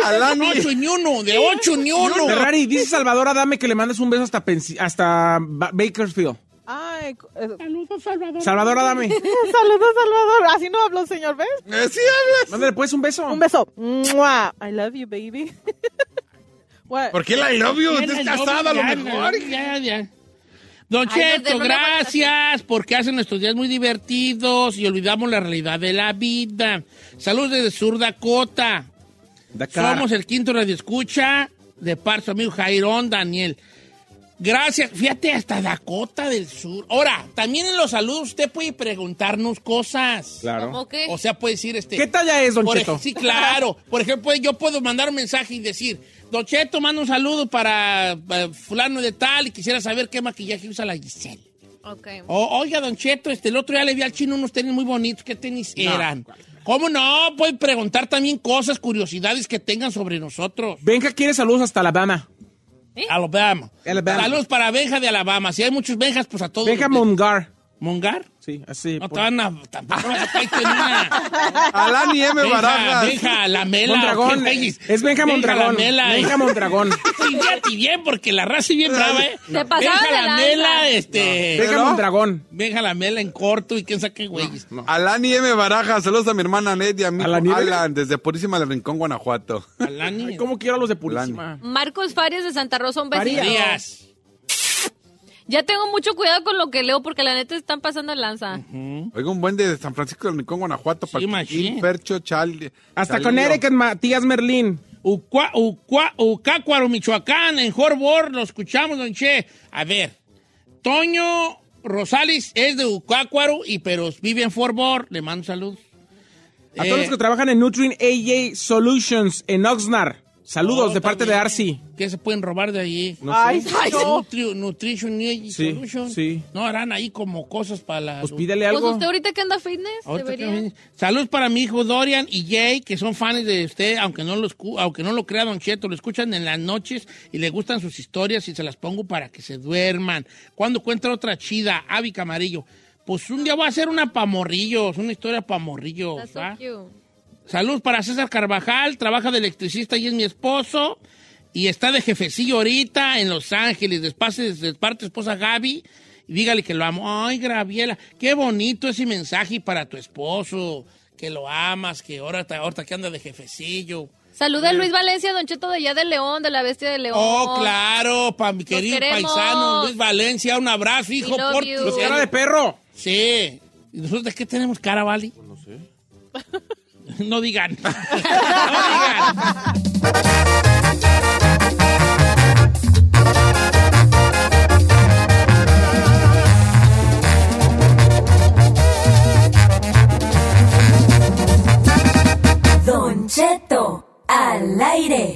A: Alan 8 ni uno, de 8 ni uno.
D: Ferrari, dice Salvador Adame que le mandes un beso hasta, Pensi- hasta Ba- Bakersfield.
B: Ay, co- eh,
H: Saludos, Salvador.
D: Salvador Adame,
B: saludos, Salvador. Así no habló, señor, ¿ves?
C: Así Eh, hablas.
D: mándale pues un beso.
B: Un beso. Mua. I love you, baby. What?
C: ¿Por qué la I love you?
A: Bien,
C: Estás
A: el doble,
C: casada a lo
A: ya,
C: mejor.
A: ya, ya. Don
E: Ay, desde
A: Cheto,
E: luego,
A: gracias porque hacen nuestros días muy divertidos y olvidamos la realidad de la vida. Saludos desde Sur Dakota.
D: Dakar.
A: Somos el quinto Radio Escucha de par su amigo Jairón Daniel. Gracias. Fíjate, hasta Dakota del Sur. Ahora, también en los saludos usted puede preguntarnos cosas.
D: Claro.
E: ¿Cómo que?
A: O sea, puede decir este...
D: ¿Qué talla es, Don
A: Por
D: Cheto?
A: ej- sí, claro. Por ejemplo, yo puedo mandar un mensaje y decir, Don Cheto, manda un saludo para eh, fulano de tal y quisiera saber qué maquillaje usa la Giselle.
E: Ok.
A: O- oiga, Don Cheto, este, el otro día le vi al chino unos tenis muy bonitos. ¿Qué tenis eran? ¿Cómo no? Pueden preguntar también cosas, curiosidades que tengan sobre nosotros.
D: Benja quiere saludos hasta Alabama.
A: Alabama.
D: Alabama.
A: Saludos para Benja de Alabama. Si hay muchos Benjas, pues a todos.
D: Benja
A: los-
D: Mongar.
A: ¿Mongar?
D: Sí, pues. así.
A: No te
D: por-
A: van a... Tampoco me has puesto en
D: (laughs)
A: una.
C: Alan y M.
A: Benja,
C: Barajas.
A: Benja, la mela.
D: Mondragón.
A: ¿o qué reyes?
D: Es Benja Mondragón.
A: Lamela,
D: Benja
A: eh. (laughs)
D: Mondragón.
A: Sí, fíjate bien, porque la raza es bien brava, ¿eh?
E: Te pasaba de
A: Benja la
E: lanza.
A: mela, este...
D: Benja
C: ¿No?
D: Mondragón.
A: Benja la mela en corto y quién sabe qué güeyes.
C: Alan y M. Barajas. Saludos a mi hermana Ned y a mi hijo
D: ¿Alan y M?
C: Alan desde Purísima del Rincón, Guanajuato.
A: Alani.
D: Ay, ¿Cómo quiero a los de Purísima?
E: Marcos Farias de Santa Rosa, un besito.
A: Díaz.
E: Ya tengo mucho cuidado con lo que leo porque la neta están pasando el lanza.
C: Oiga, un buen de San Francisco del Rincón, Guanajuato. para
A: machín.
C: Percho, Charlie.
D: Hasta con Eric and Matías Merlín.
A: Ucua- Ucua- Ucácuaro, Michoacán, en Horbor, lo escuchamos, don Che. A ver, Toño Rosales es de Ucácuaro, y, pero vive en Horbor, le mando saludos.
D: A
A: Eh,
D: todos los que trabajan en Nutrient AJ Solutions en Oxnard.
A: oh,
D: Saludos de parte de
A: también.
D: Arsi.
A: ¿Qué se pueden robar de allí?
D: No
B: Ay,
D: sé.
B: ay, no.
A: Nutri- Nutrition y
D: Sí,
A: Solution.
D: sí.
A: No harán ahí como cosas para la...
D: Pues pídele
E: Pues
D: algo.
E: usted ahorita que anda fitness,
A: Ahorita
E: debería.
A: que- Salud para mi hijo Dorian y Jay, que son fans de usted, aunque no, lo escu- aunque no lo crea Don Cheto, lo escuchan en las noches y le gustan sus historias y se las pongo para que se duerman. Cuando cuenta otra chida, Avi Camarillo. Pues un día voy a hacer una pamorrillos, una historia pamorrillos.
E: That's so
A: ¿va?
E: cute.
A: Salud para César Carvajal, trabaja de electricista y es mi esposo. Y está de jefecillo ahorita en Los Ángeles, despacio de parte de esposa Gaby. Y dígale que lo amo. Ay, Graviela, qué bonito ese mensaje para tu esposo, que lo amas, que ahora, ahorita que anda de jefecillo.
E: Saluda a Luis Valencia, Don Cheto de allá de León, de la Bestia de León.
A: Oh, claro, para mi querido
E: queremos.
A: paisano Luis Valencia, un abrazo, hijo.
E: love
A: por
E: you.
D: Los cara de perro.
A: Sí. ¿Y nosotros de qué tenemos cara, Vali? No sé. (laughs) no
E: (laughs)
A: digan. no digan.
F: Don Cheto, al aire.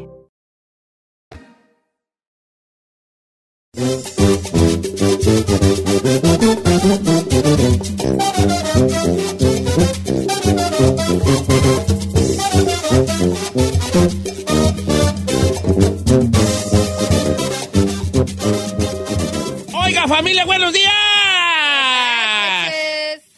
A: Oiga, familia, buenos días.
E: Entonces,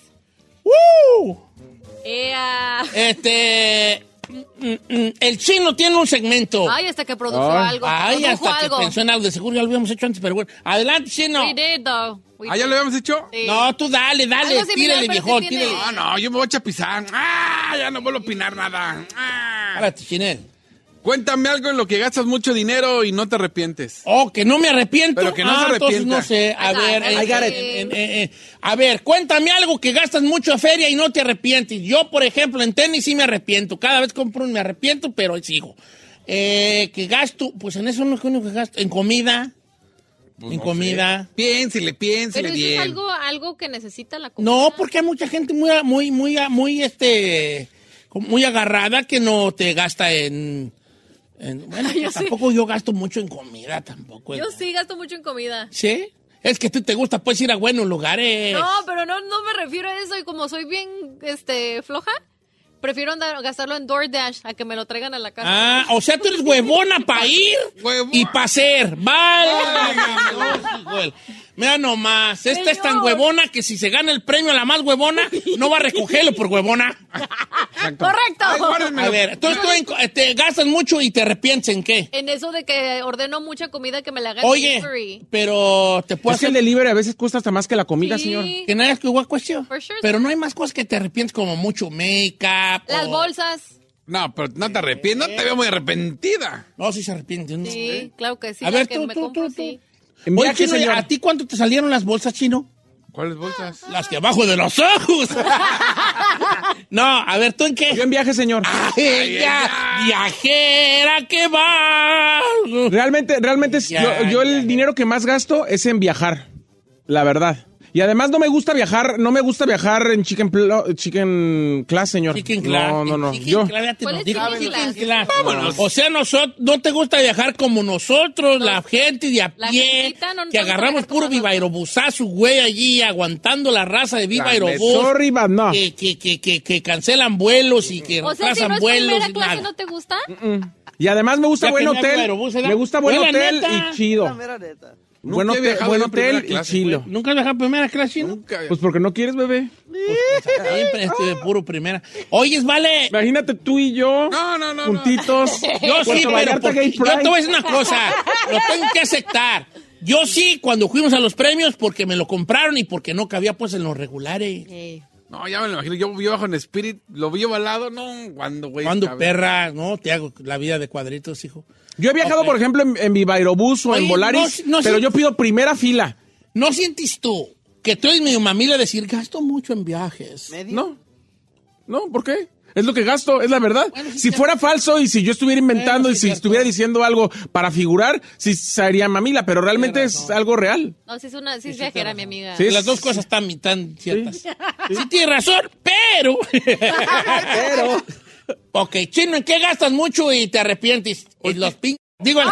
A: ¡Woo!
E: Pues, ea.
A: Este. mm, mm, mm, El chino tiene un segmento.
E: Ay, hasta que produjo algo.
A: Ay,
E: produjo
A: hasta
E: algo.
A: que pensó en algo. De seguro ya lo habíamos hecho antes, pero bueno. Adelante, chino.
E: We did, though. We
C: ¿Ah, ya
E: did.
C: lo habíamos dicho?
E: Sí.
A: No, tú dale, dale.
E: Algo similar,
A: Tírale,
E: pero
A: viejón,
E: este tiene-
A: tírale.
C: Ah, no, yo me voy a chapizar. ¡Ah! Ah, ya no vuelvo a opinar nada. Ah.
A: Párate, Chinel.
C: Cuéntame algo en lo que gastas mucho dinero y no te arrepientes.
A: Oh, que no me arrepiento.
C: Pero que no
A: Ah,
C: se
A: entonces
C: arrepienta.
A: no sé. A
E: I got
A: ver,
E: it.
A: eh,
E: I got it.
A: eh, eh, eh, eh, a ver, cuéntame algo que gastas mucho feria y no te arrepientes. Yo, por ejemplo, en tenis sí me arrepiento. Cada vez compro un me arrepiento, pero ahí sigo. Eh, que gasto, pues en eso no es lo único que gasto. En comida.
C: Pues
A: en comida.
C: Piénsele, piénsele
E: Pero eso
C: bien.
E: es algo, algo que necesita la comida.
A: No, porque hay mucha gente muy, muy, muy, muy, este, como muy agarrada que no te gasta en. en-
E: (laughs)
A: bueno,
E: Yo sí.
A: tampoco yo gasto mucho en comida, tampoco.
E: Yo
A: ¿no?
E: sí gasto mucho en comida.
A: ¿Sí? Es que tú te gusta, pues, ir a buenos lugares.
E: No, pero no, no me refiero a eso. Y como soy bien este, floja, prefiero andar- gastarlo en DoorDash a que me lo traigan a la casa.
A: Ah, o sea, tú eres huevona para ir
C: Huevona.
A: y para ser. Vale. Mira nomás, esta es tan
E: Señor.
A: huevona que si se gana el premio a la más huevona, no va a recogerlo por huevona.
E: ¡Correcto!
C: Ay, guárdenmelo.
A: A ver, entonces tú en- te gastas mucho y te arrepientes en qué.
E: en eso de que ordeno mucha comida que me la hagan
A: Oye,
E: delivery.
A: pero te puedo
D: Pues Es que el
A: hacer
D: delivery a veces cuesta hasta más que la comida,
E: Sí.
D: señor.
A: que nada es que igual cuestión.
E: For sure.
A: Pero no hay más cosas que te arrepientes como mucho make-up.
E: Las
A: o-
E: bolsas.
C: No, pero no te arrepientes, no te veo muy arrepentida.
A: No, si se arrepiente. uno.
E: Sí, claro que sí.
A: ¿Eh? a
E: las
A: ver,
E: que
A: tú,
E: me
A: tú,
E: compro,
A: tú, tú.
E: sí.
D: En
A: Oye,
D: viaje,
A: Chino,
D: señor.
A: ¿a ti cuánto te salieron las bolsas, Chino?
C: ¿Cuáles bolsas?
A: Las que abajo de los ojos. (laughs) no, a ver, ¿tú en
D: Yo
A: qué?
D: en viaje, señor.
A: Ella, viajera que va.
D: Realmente, realmente, es-
A: Ya,
D: yo, yo el
A: ya, ya.
D: dinero que más gasto es en viajar, la verdad. Y además no me gusta viajar, no me gusta viajar en chicken, plo- chicken class, señor.
A: Chicken
D: No,
A: Class.
D: no, no.
A: Chicken
D: Yo,
A: Class, ya te
E: ¿Cuál
A: lo
E: es
A: digo.
E: Chicken
A: Chicken
E: Class?
A: Class. O sea, nosotros, no te gusta viajar como nosotros, la gente de a
E: La
A: pie,
E: gentita no nos
A: que
E: gusta
A: agarramos
E: viajar como
A: puro viva aerobusazo, güey, allí, aguantando la raza de viva
C: Dame
A: aerobús.
D: sorry, but no.
A: Que, que, que, que, que cancelan vuelos y que
E: O sea, si
A: retrasan
E: no es
A: vuelos
E: primera
A: y
E: clase,
A: nada.
E: ¿no te gusta?
D: Y además me gusta
A: Ya
D: buen
A: que me hago
D: hotel.
A: aerobús, ¿verdad?
D: me gusta buen
A: Buena
D: hotel
A: neta.
D: y chido.
B: mera neta.
D: Buen
C: Nunca he
D: hotel,
C: viajado
D: buen
C: yo en primera
D: hotel y
C: clase,
D: chilo.
A: ¿Nunca has viajado primera clase, Chino?
C: Nunca.
D: Pues porque no quieres, bebé.
A: Siempre estoy de
D: Ah.
A: puro primera. Oyes, vale.
D: Imagínate tú y yo.
C: No, no, no, no.
D: Juntitos.
A: Yo sí,
D: Puerto
A: pero
D: Vallarta
A: porque-
D: Gay
A: yo te
D: Pride.
A: voy a decir una cosa, lo tengo que aceptar. Yo sí, cuando fuimos a los premios, porque me lo compraron y porque no cabía pues en los regulares.
C: No, ya me lo imagino. Yo, yo bajo en Spirit, lo vi balado. No, cuando, güey.
A: Cuando
C: cabrón.
A: perra, no, te hago la vida de cuadritos, hijo.
D: Yo he viajado, por ejemplo, en, en Viva Aerobús o
A: Oye,
D: en Volaris,
A: no- no
D: pero
A: sé-
D: yo pido primera fila.
A: ¿No sientes tú que tú eres mi mamila decir, gasto mucho en viajes?
D: No. No, ¿por qué? Es lo que gasto, es la verdad. si fuera falso y si yo estuviera
A: Bueno,
D: inventando y
A: sí,
D: si
A: cierto.
D: estuviera diciendo algo para figurar, sí sería mamila, pero realmente es algo real.
E: No, si es una, si es viajera, mi amiga.
D: Sí.
A: Las dos cosas están tan ciertas. Sí, tienes razón, pero...
D: Pero
A: ok, chino, ¿en qué gastas mucho y te arrepientes? En los pin... Digo, en- (laughs)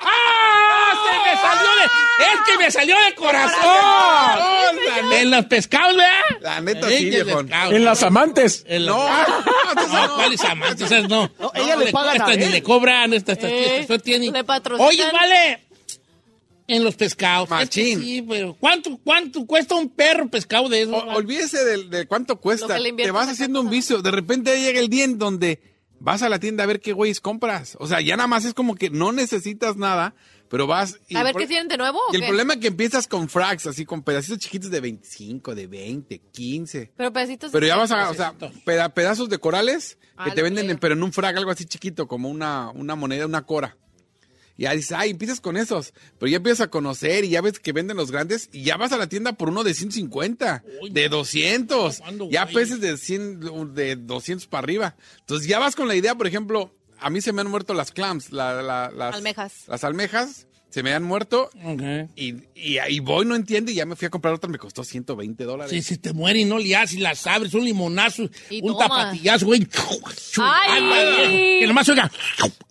A: ¡Ah! ¡Se me salió de... ¡Es que me salió de corazón! En los pescados, ¿verdad?
C: La neta,
A: En
C: sí,
A: los
C: viejón.
A: pescados.
D: en las amantes.
A: En los-
C: No,
A: No,
C: (laughs) no,
A: ¿cuáles amantes? Esas no.
B: No, ella le pagan a
A: Estas ni
B: él.
A: le cobran, estas, estas,
E: Eh,
A: estas, estas tienen.
E: le patrocinan.
A: Oye, vale. En los pescados.
C: Machín.
A: Es que Sí, pero ¿cuánto, ¿cuánto cuesta un perro pescado de eso?
C: O- olvídese del- de, cuánto
E: Lo
C: cuesta.
E: que le
C: Te
E: inviertes
C: vas
E: acá
C: haciendo un
E: atrás.
C: vicio. De repente llega el día en donde vas a la tienda a ver qué güeyes compras. O sea, ya nada más es como que no necesitas nada, pero vas. y
E: A ver
C: por-
E: qué tienen de nuevo. o
C: Y el
E: qué?
C: problema es que empiezas con frags, así con pedacitos chiquitos de 25, de 20, 15.
E: Pero pedacitos.
C: Pero ya vas a, o sea, peda- pedazos de corales que
E: Ah,
C: te
E: lo
C: venden,
E: creo.
C: en- pero en un frag, algo así chiquito, como una, una moneda, una cora. Y ya dices, ay, empiezas con esos. Pero ya empiezas a conocer y ya ves que venden los grandes y ya vas a la tienda por uno de 150,
A: Uy,
C: de 200.
A: ¿cuándo,
C: Ya
A: güey?
C: peces de 100, de 200 para arriba. Entonces ya vas con la idea, por ejemplo, a mí se me han muerto las clams, la- la- las
E: Almejas.
C: Las almejas se me han muerto
A: Ok.
C: y, y ahí voy, no entiendo, y ya me fui a comprar otra, me costó 120 dólares.
A: Si se te muere y no le haces, las abres, un limonazo,
E: Y
A: un
E: toma.
A: tapatillazo, güey. Ah,
E: ¡Ay!
A: Que nomás oiga.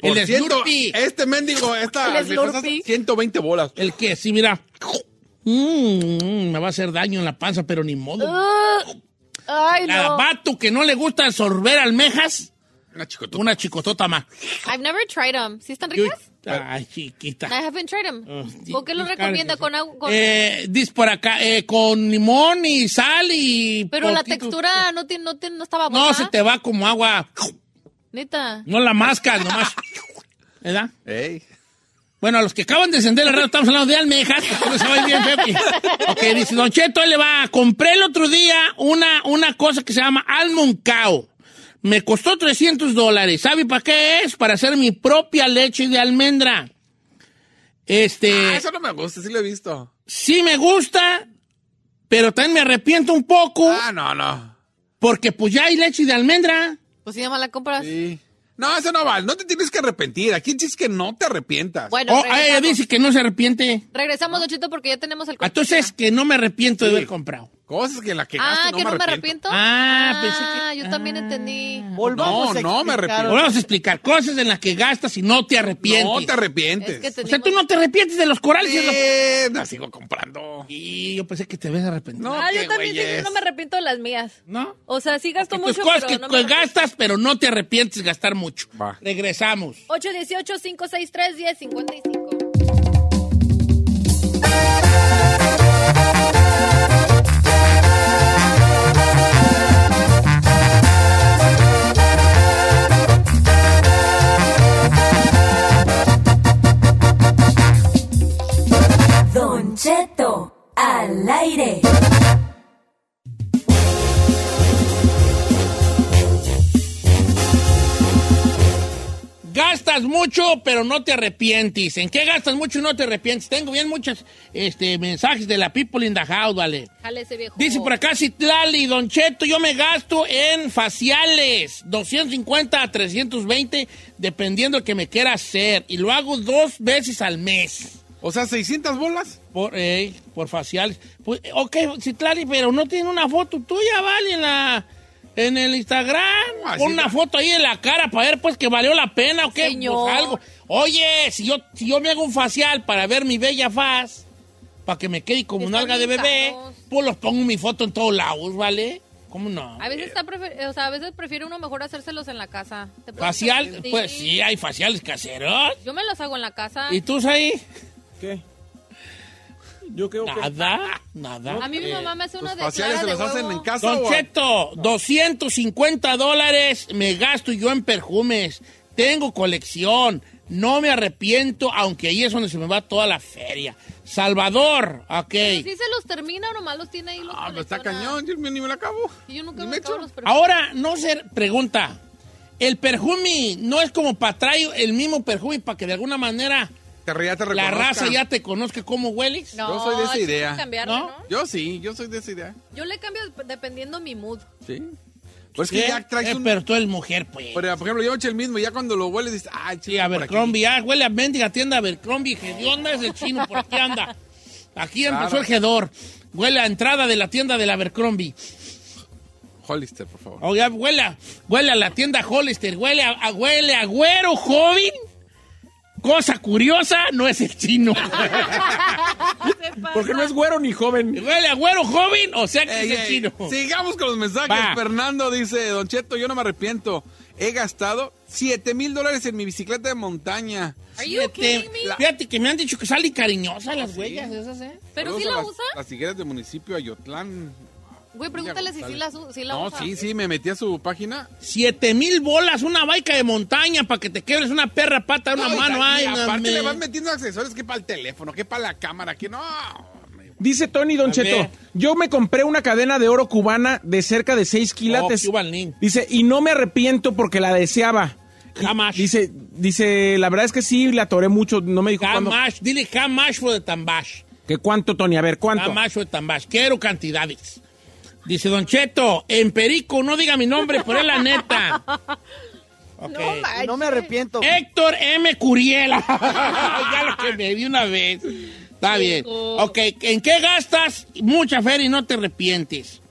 C: Por
A: El
C: ciento-
A: Slurpee.
C: Este mendigo, esta
E: El
C: me cuesta
E: Slurpee.
C: 120 bolas.
A: El que, sí, mira. Mm, me va a hacer daño en la panza, pero ni modo.
E: Uh, ay,
A: Cada
E: no.
A: vato que no le gusta absorber almejas,
C: Una chicotota.
A: una chicotota más.
E: I've never tried them. ¿Sí están ricas?
A: Ay, chiquita.
E: I haven't tried them.
A: Ah,
E: ¿Por qué lo
A: sí,
E: recomienda
A: claro que
E: con
A: sí.
E: agua? con-
A: Eh, dice por acá, eh, con limón y sal y...
E: Pero la
A: poquito-
E: textura no, tiene, no, tiene, no estaba buena.
A: No, se te va como agua.
E: Neta.
A: No la mascas, nomás. ¿Verdad?
C: Ey.
A: Bueno, a los que acaban de encender la radio, estamos hablando de almejas, porque no se va bien, Pepe. Ok, dice, Don Cheto, ahí le va. Compré el otro día una, una cosa que se llama almoncao. Me costó 300 dólares. ¿Sabe para qué es? Para hacer mi propia leche de almendra. Este,
C: Ah, eso no me gusta, sí lo he visto.
A: sí me gusta, pero también me arrepiento un poco,
C: Ah, no, no.
A: porque pues ya hay leche de almendra.
E: Pues si llama la compras.
C: Sí. No, eso no vale. No te tienes que arrepentir. Aquí dices que no te arrepientas.
E: Bueno,
A: Oh, ah, ella
E: regresamos.
A: dice que no se arrepiente.
E: Regresamos, Don Cheto, porque ya tenemos el
A: Entonces, que no me arrepiento de haber comprado.
C: Cosas que la que
E: Ah,
C: no
E: que
C: me arrepiento.
A: Ah,
E: Ah,
A: pensé que- Ah.
E: yo también entendí.
C: No,
B: Volvamos a
C: no, me
B: explicar.
C: arrepiento.
A: Ahora vamos a explicar cosas en las que gastas y no te arrepientes.
C: No te arrepientes.
E: Es que
A: o sea,
E: tenemos-
A: tú no te arrepientes de los corales. es lo-
C: Eh, la sigo comprando.
A: Y yo pensé que te ves arrepentido.
C: No,
E: Ah,
C: qué
E: yo también sí,
C: güeyes.
E: no me arrepiento de las mías.
A: ¿No?
E: O sea, sí gasto
A: Entonces,
E: mucho,
A: cosas que
E: pero
A: pues
E: no me arrepiento.
A: gastas, pero no te arrepientes de gastar mucho.
C: Va.
A: Regresamos.
E: 818-563-1055.
F: Don Cheto, al aire.
A: Gastas mucho, pero no te arrepientes. ¿En qué gastas mucho y no te arrepientes? Tengo bien muchos este, mensajes de la people in the house, vale.
E: Jale ese viejo.
A: Dice por acá Citlali, Don Cheto, yo me gasto en faciales, 250 a 320, dependiendo el que me quiera hacer. Y lo hago dos veces al mes,
C: O sea, 600 bolas.
A: por, eh, por faciales. Pues, eh, ok, Citlali, pero no tiene una foto tuya, ¿vale? En, la, en el Instagram.
C: No, así
A: Pon una
C: no.
A: foto ahí en la cara para ver, pues, que valió la pena o qué.
E: Señor.
A: Pues, algo. Oye, si yo, si yo me hago un facial para ver mi bella faz, para que me quede como
E: Están
A: nalga de
E: bien
A: bebé,
E: caros.
A: pues los pongo en mi foto en todos lados, ¿vale? ¿Cómo no?
E: A veces,
C: Eh.
E: está prefer- o sea, a veces prefiere uno mejor hacérselos en la casa. ¿Te puedes
A: Facial,
E: hacer-
A: pues sí, hay faciales caseros.
E: Yo me los hago en la casa.
A: ¿Y tú, ahí?
D: ¿Qué? Yo creo que...
A: Nada, nada.
E: A mí mi mamá me hace uno
C: Los
E: de
C: Eh, pues faciales
E: clara
C: se
E: de
C: los hacen
E: huevo.
C: en casa.
A: Don
C: o-
A: Cheto, 250 dólares me gasto yo en perfumes. Tengo colección. No me arrepiento, aunque ahí es donde se me va toda la feria. Salvador, ok.
E: Pero ¿Sí se los termina o nomás los tiene ahí los
C: Ah, pero está
E: colecciona?
C: cañón. Yo ni me la acabo.
E: Y yo nunca
C: Ni
E: me
C: me
E: acabo
C: echo.
E: los perfumes.
A: Ahora, no se pregunta. El perfume no es como para traer el mismo perfume para que de alguna manera
C: Te re- ya te
A: la
C: reconozcan.
A: raza ya te conozca cómo hueles.
E: No,
C: Ah, Yo soy de esa
E: sí,
C: idea.
E: hay que cambiarle,
A: ¿No?
E: ¿no?
C: Yo sí, yo soy de esa idea.
E: Yo le cambio dependiendo mi mood.
C: Sí. Pues
A: ¿Qué?
C: que ya traes
A: Eh,
C: un.
A: Pero tú eres mujer, pues.
C: Por por ejemplo, yo eché el mismo. Ya cuando lo hueles dices, ay,
A: Sí, Abercrombie, ah, huele a mendiga tienda Abercrombie, hedionda es el chino, ¿por qué anda? Aquí empezó
C: Claro.
A: el hedor, huele a entrada de la tienda del Abercrombie,
C: Hollister, por favor.
A: o ya huele a, huele a la tienda Hollister, huele a, a- huele a güero joven, cosa curiosa, no es el
C: (laughs)
A: chino,
D: Porque no es güero ni joven.
A: huele a güero joven, o sea que
C: Ey,
A: es el
C: ey,
A: chino.
C: Sigamos con los mensajes.
A: Va.
C: Fernando dice, Don Cheto, yo no me arrepiento. He gastado 7 mil dólares en mi bicicleta de montaña.
E: Are you
A: Fíjate,
E: kidding me?
A: fíjate que me han dicho que salen cariñosas las huellas esas, ¿eh?
E: ¿Pero
C: Saludos
E: sí
C: a
E: la
C: las-
E: usa?
C: Las higueras del municipio de Ayotlán.
E: Güey, pregúntale si sí la, su- sí la
C: no,
E: usa.
C: sí, sí, me metí a su página.
A: Siete mil bolas, una baica de montaña para que te quebres una perra pata, una
C: No, y-
A: mano,
C: y
A: ay, no,
C: aparte
A: me-
C: le vas metiendo accesorios que para el teléfono, que para la cámara, que no. hombre.
D: Dice Tony Don
A: A ver.
D: Cheto, yo me compré una cadena de oro cubana de cerca de 6 quilates.
A: Oh, Cuban Link.
D: dice, y no me arrepiento porque la deseaba.
A: Jamás.
D: Dice, dice, la verdad es que sí, la atoré mucho, no me dijo cuándo.
A: Jamás, dile jamás fue de Tambash.
D: ¿Qué cuánto, Tony? A ver, ¿cuánto?
A: Jamás fue de Tambash. Quiero cantidades. Dice Don Cheto, en Perico, no diga mi nombre, pero es la neta. Ok.
B: No me arrepiento.
A: Héctor M. Curiela. (laughs) ya lo que me vi una vez. Está bien. Ok, ¿en qué gastas? Mucha feria y no te arrepientes.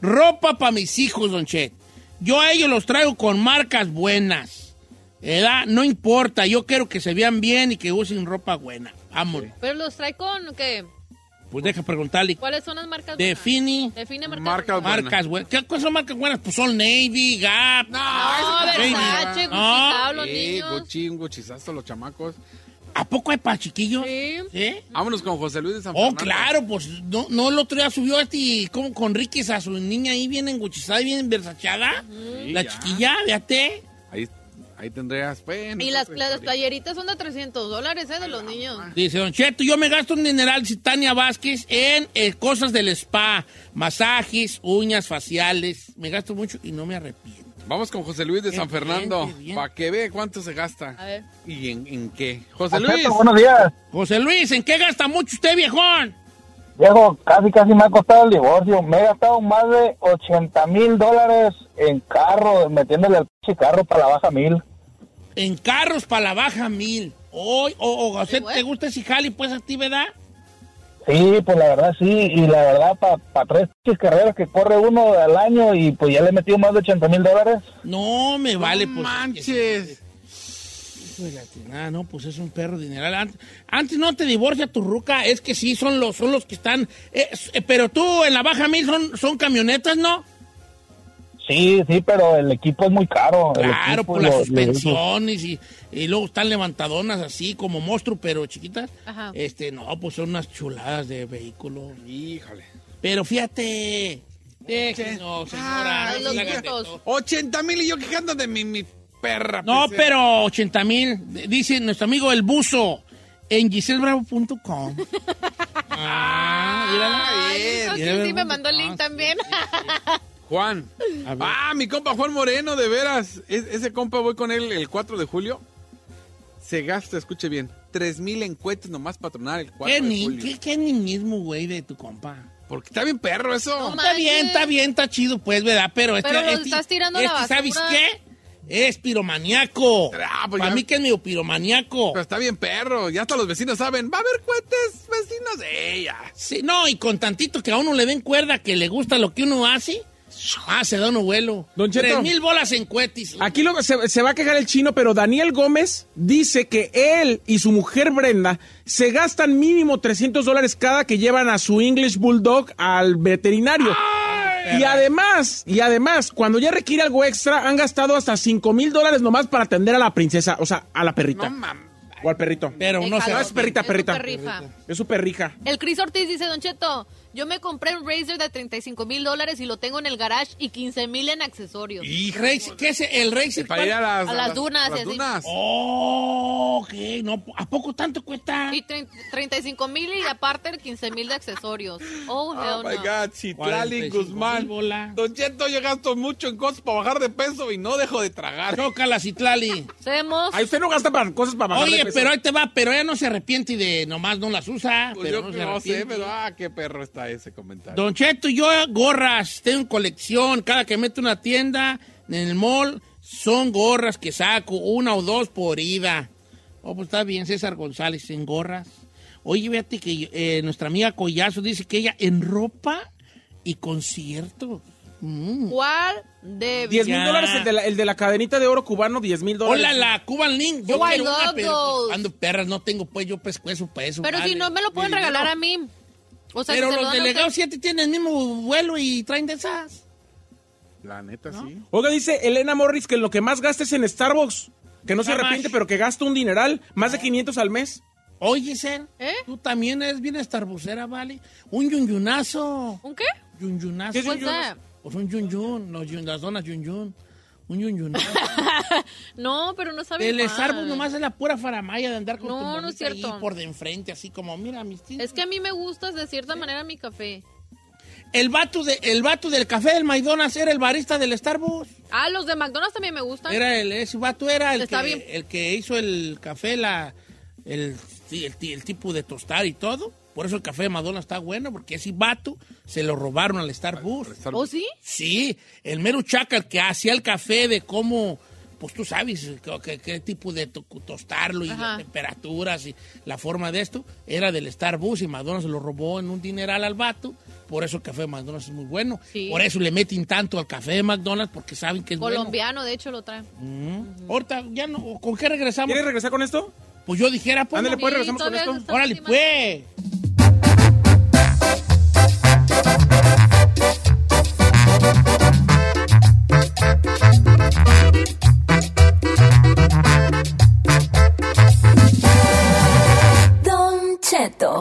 A: Ropa para mis hijos, Don Chet. Yo a ellos los traigo con marcas buenas. ¿Edad? No importa, yo quiero que se vean bien y que usen ropa buena. Vámonos.
E: Pero los trae con, ¿qué?
A: Pues deja preguntarle.
E: ¿Cuáles son las marcas? buenas?
A: Defini.
E: Define marcas.
C: Marcas
E: buenas.
C: buenas.
A: Marcas buenas. ¿Qué cosas son marcas buenas? Pues son Navy, Gap.
E: No,
A: Baby.
E: Versace, Gucci,
A: No.
E: Tao, los
C: Eh,
E: niños.
C: Gucci, un guchizazo, los chamacos.
A: ¿A poco hay para chiquillos?
E: Sí.
A: ¿Sí?
C: Vámonos con José Luis de San
A: Oh,
C: Fernando.
A: claro, pues no, no el otro día subió este como con Riquis a su niña ahí bien enguchizada y bien versachada. la
C: ya.
A: chiquilla, fíjate.
C: Ahí, Ahí tendrías, bueno.
E: Y las,
C: otra
E: las
C: historia.
E: playeritas son de 300 dólares, ¿eh? De los niños.
A: Dice Don Cheto, yo me gasto un dineral, dice Tania Vázquez, en eh, cosas del spa, masajes, uñas faciales. Me gasto mucho y no me arrepiento.
C: Vamos con José Luis de
A: Qué
C: San
A: bien,
C: Fernando,
A: qué bien.
C: para que vea cuánto se gasta.
E: A ver.
C: ¿Y en, en qué? José
H: Don
C: Luis.
H: Cheto, buenos días.
A: José Luis, ¿en qué gasta mucho usted, viejón?
H: Viejo, casi casi me ha costado el divorcio. Me he gastado más de 80 mil dólares en carro, metiéndole al pinche carro para la baja mil.
A: En carros para la baja mil. Hoy, o, o, usted ¿te gusta ese jali, pues, actividad?
H: Sí, pues la verdad sí, y la verdad para tres pinches carreras que corre uno al año y pues ya le he metido más de 80 mil dólares.
A: No me vale, pues.
C: manches.
A: Hijo de la tirada, no, pues es un perro dineral. Ant- Antes, no te divorcia tu ruca, es que sí, son los, son los que están. eh, s- eh, pero tú en la baja mil son, son camionetas, ¿no?
H: Sí, sí, pero el equipo es muy caro. el
A: Claro,
H: equipo,
A: por las
H: lo- lo-
A: suspensiones y, y luego están levantadonas así como monstruo, pero chiquitas.
E: Ajá.
A: Este, no, pues son unas chuladas de vehículos.
C: Híjole.
A: Pero fíjate, déjenos, señora.
E: Ay,
A: no
E: los
A: se hagan de
E: gustos.
A: todo.
C: 80 mil y yo quejando de mi, mi perra.
A: No,
C: pecera.
A: pero 80 mil, dice nuestro amigo El Buzo, en giselbravo.com. ah,
E: Ay, eso
A: mírala.
E: sí, sí me mandó el link también.
C: Juan.
A: A ver.
C: Ah, mi compa Juan Moreno, de veras. Es- ese compa voy con él el 4 de julio. Se gasta, escuche bien, 3 mil en cohetes nomás patronar el 4
A: ¿Qué,
C: de
A: ni-
C: julio.
A: qué- qué niñismo, güey, de tu compa?
C: Porque está bien perro eso.
E: No
A: Está
E: manches.
A: bien, está bien, está chido, pues, ¿verdad? Pero este,
E: Pero lo
A: este-
E: estás tirando a la
A: este, ¿sabes
E: basura.
A: qué? Es piromaniaco.
C: Ah,
A: Para
C: pues ya- Pues-
A: mí que es medio piromaniaco.
C: Pero está bien perro. Ya hasta los vecinos saben. Va a haber cohetes, vecinos. Ella.
A: Sí, no, y con tantito que a uno le den cuerda que le gusta lo que uno hace, ah, se da un vuelo.
D: Don Cheto. Ah,
A: Tres mil bolas en cuetis.
D: Aquí lo- se, se va a quejar el chino, pero Daniel Gómez dice que él y su mujer Brenda se gastan mínimo 300 dólares cada que llevan a su English Bulldog al veterinario. Y además, y además, cuando ya requiere algo extra, han gastado hasta 5 mil dólares nomás para atender a la princesa, o sea, a la perrita.
C: No mames.
D: o al perrito.
A: Pero
E: El
A: no se
E: calor.
A: va.
D: es perrita,
E: Es su
D: perrita.
E: perrija.
D: Es su perrija.
E: El Chris Ortiz dice, Don Cheto, yo me compré un Razer de 35 mil dólares y lo tengo en el garage y 15 mil en accesorios.
A: Race- ¿Qué es el Racer?
C: Para ir a las,
E: A las dunas,
C: a las
E: así.
C: dunas.
A: Oh, ok. No, ¿A poco tanto cuesta?
E: Y trein- 35 mil y aparte el 15 mil de accesorios.
C: Oh
E: Oh, hell
C: my
E: no.
C: God, Citlali
A: 45 mil
C: Guzmán.
A: bola.
C: Don Cheto, yo gasto mucho en cosas para bajar de peso y no dejo de tragar.
A: Chócala,
C: (laughs)
A: Citlali.
E: Hacemos
D: Ahí usted no gasta para cosas para bajar de
A: Oye,
D: peso.
A: pero ahí te va, pero ella no se arrepiente y de nomás no las usa.
C: Pues
A: pero
C: yo
A: no se
C: que no sé,
A: arrepiente.
C: pero ah, qué perro está ese comentario.
A: Don Cheto, yo gorras, tengo en colección. Cada que meto una tienda en el mall, son gorras que saco, una o dos por ida. Oh, pues está bien, César González, en gorras. Oye, fíjate que eh, nuestra amiga Collazo dice que ella en ropa y Mm. concierto.
E: cuál de
D: 10 mil
A: Ya.
D: dólares el de, la, el de la cadenita de oro cubano, 10 mil dólares.
A: Hola, la Cuban Link. Yo
E: Oh, I
A: quiero una,
E: love
A: pero
E: those.
A: ando perras, no tengo pues yo pescuezo para eso.
E: Pero si
A: vale.
E: no me lo pueden
A: Mi
E: regalar
A: dinero.
E: a mí. O sea,
A: Pero
E: si se lo
A: los
E: dan a
A: delegados 7 tienen el mismo vuelo y traen de esas.
C: La neta, sí.
D: Oiga, dice Elena Morris que lo que más gasta es en Starbucks. Que no se
A: Jamás.
D: arrepiente, pero que gasta un dineral, más de 500 al mes.
A: Oye, Giselle,
E: ¿Eh?
A: tú también eres bien estarbucera, ¿vale? Un yunyunazo.
E: usted. ¿Un qué?
A: Yunyunazo.
D: ¿Qué es
E: What's that?
A: Pues un yunyun, los yun, las donas yunyun. Un yunyunazo.
E: (laughs) No, pero no sabe
A: El
E: igual.
A: Starbucks nomás es la pura faramaya de andar con
E: No,
A: tu
E: no
A: monita
E: es cierto.
A: ahí por de enfrente, así como, mira, mis tíos.
E: Es que a mí me gusta de cierta manera mi café.
A: El vato, de, el vato del café del McDonald's era el barista del Starbucks.
E: Ah, los de McDonald's también me gustan.
A: Era el, ese vato era el
E: Está bien.
A: que, el que hizo el café, la, el, sí, el, ti- el tipo de tostar y todo. Por eso el café de Madonna está bueno, porque ese vato se lo robaron al Starbucks.
E: ¿O ¿Oh, sí?
A: Sí, el mero chaca el que hacía el café de cómo, pues tú sabes qué, qué- qué tipo de to- tostarlo y
E: Ajá.
A: las temperaturas y la forma de esto, era del Starbucks y Madonna se lo robó en un dineral al vato. Por eso el café de McDonald's es muy bueno.
E: Sí.
A: Por eso le meten tanto al café de McDonald's porque saben que es bueno.
E: Colombiano, de hecho, lo traen.
A: Ahorita, ya no, ¿con qué regresamos?
D: ¿Quieres regresar con esto?
A: Pues yo dijera, pues.
D: Ándale, pues,
E: Sí,
D: regresamos con
E: todavía
D: esto.
E: está
A: Órale,
E: encima.
A: pues.
F: Don Cheto.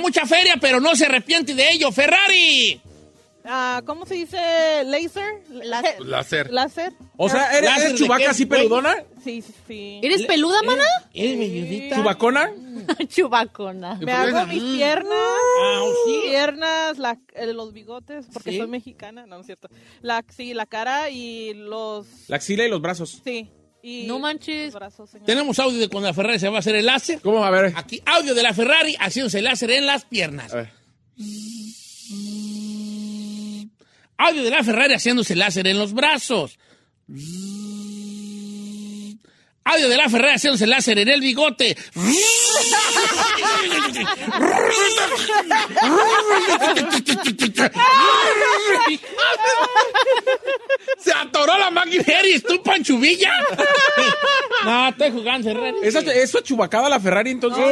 A: mucha feria, pero no se arrepiente de ello. Ferrari.
B: Ah, ¿Cómo se dice? ¿Laser? Láser.
A: Láser.
B: Láser.
D: O sea, ¿eres,
A: ¿Láser
D: eres
A: de
D: chubaca
A: qué,
D: así
A: güey? eh,
D: peludona?
B: Sí, sí, sí.
E: (laughs) ¿Eres peluda, mana?
A: ¿Eres melludita?
D: ¿Chubacona?
A: Eh.
E: (laughs) Chubacona.
B: Me hago mis piernas,
A: Ah, sí.
B: piernas, la- eh, los bigotes, porque
D: Sí.
B: soy mexicana, no, no es cierto. La, sí, la cara y los,
D: La axila y los brazos.
B: sí, y
E: No manches.
B: los brazos, señor.
A: Tenemos audio de cuando la Ferrari se va a hacer el láser.
D: ¿Cómo va a ver?
A: Aquí, audio de la Ferrari haciéndose el láser en las piernas.
D: A ver.
A: Audio de la Ferrari haciéndose láser en los brazos. Audio de la Ferrari haciéndose láser en el bigote.
D: ¡Se atoró la máquina!
A: ¿Eres tú, Panchubilla? no, estoy jugando, Ferrari.
D: ¿Esa, eso chubacaba la Ferrari entonces?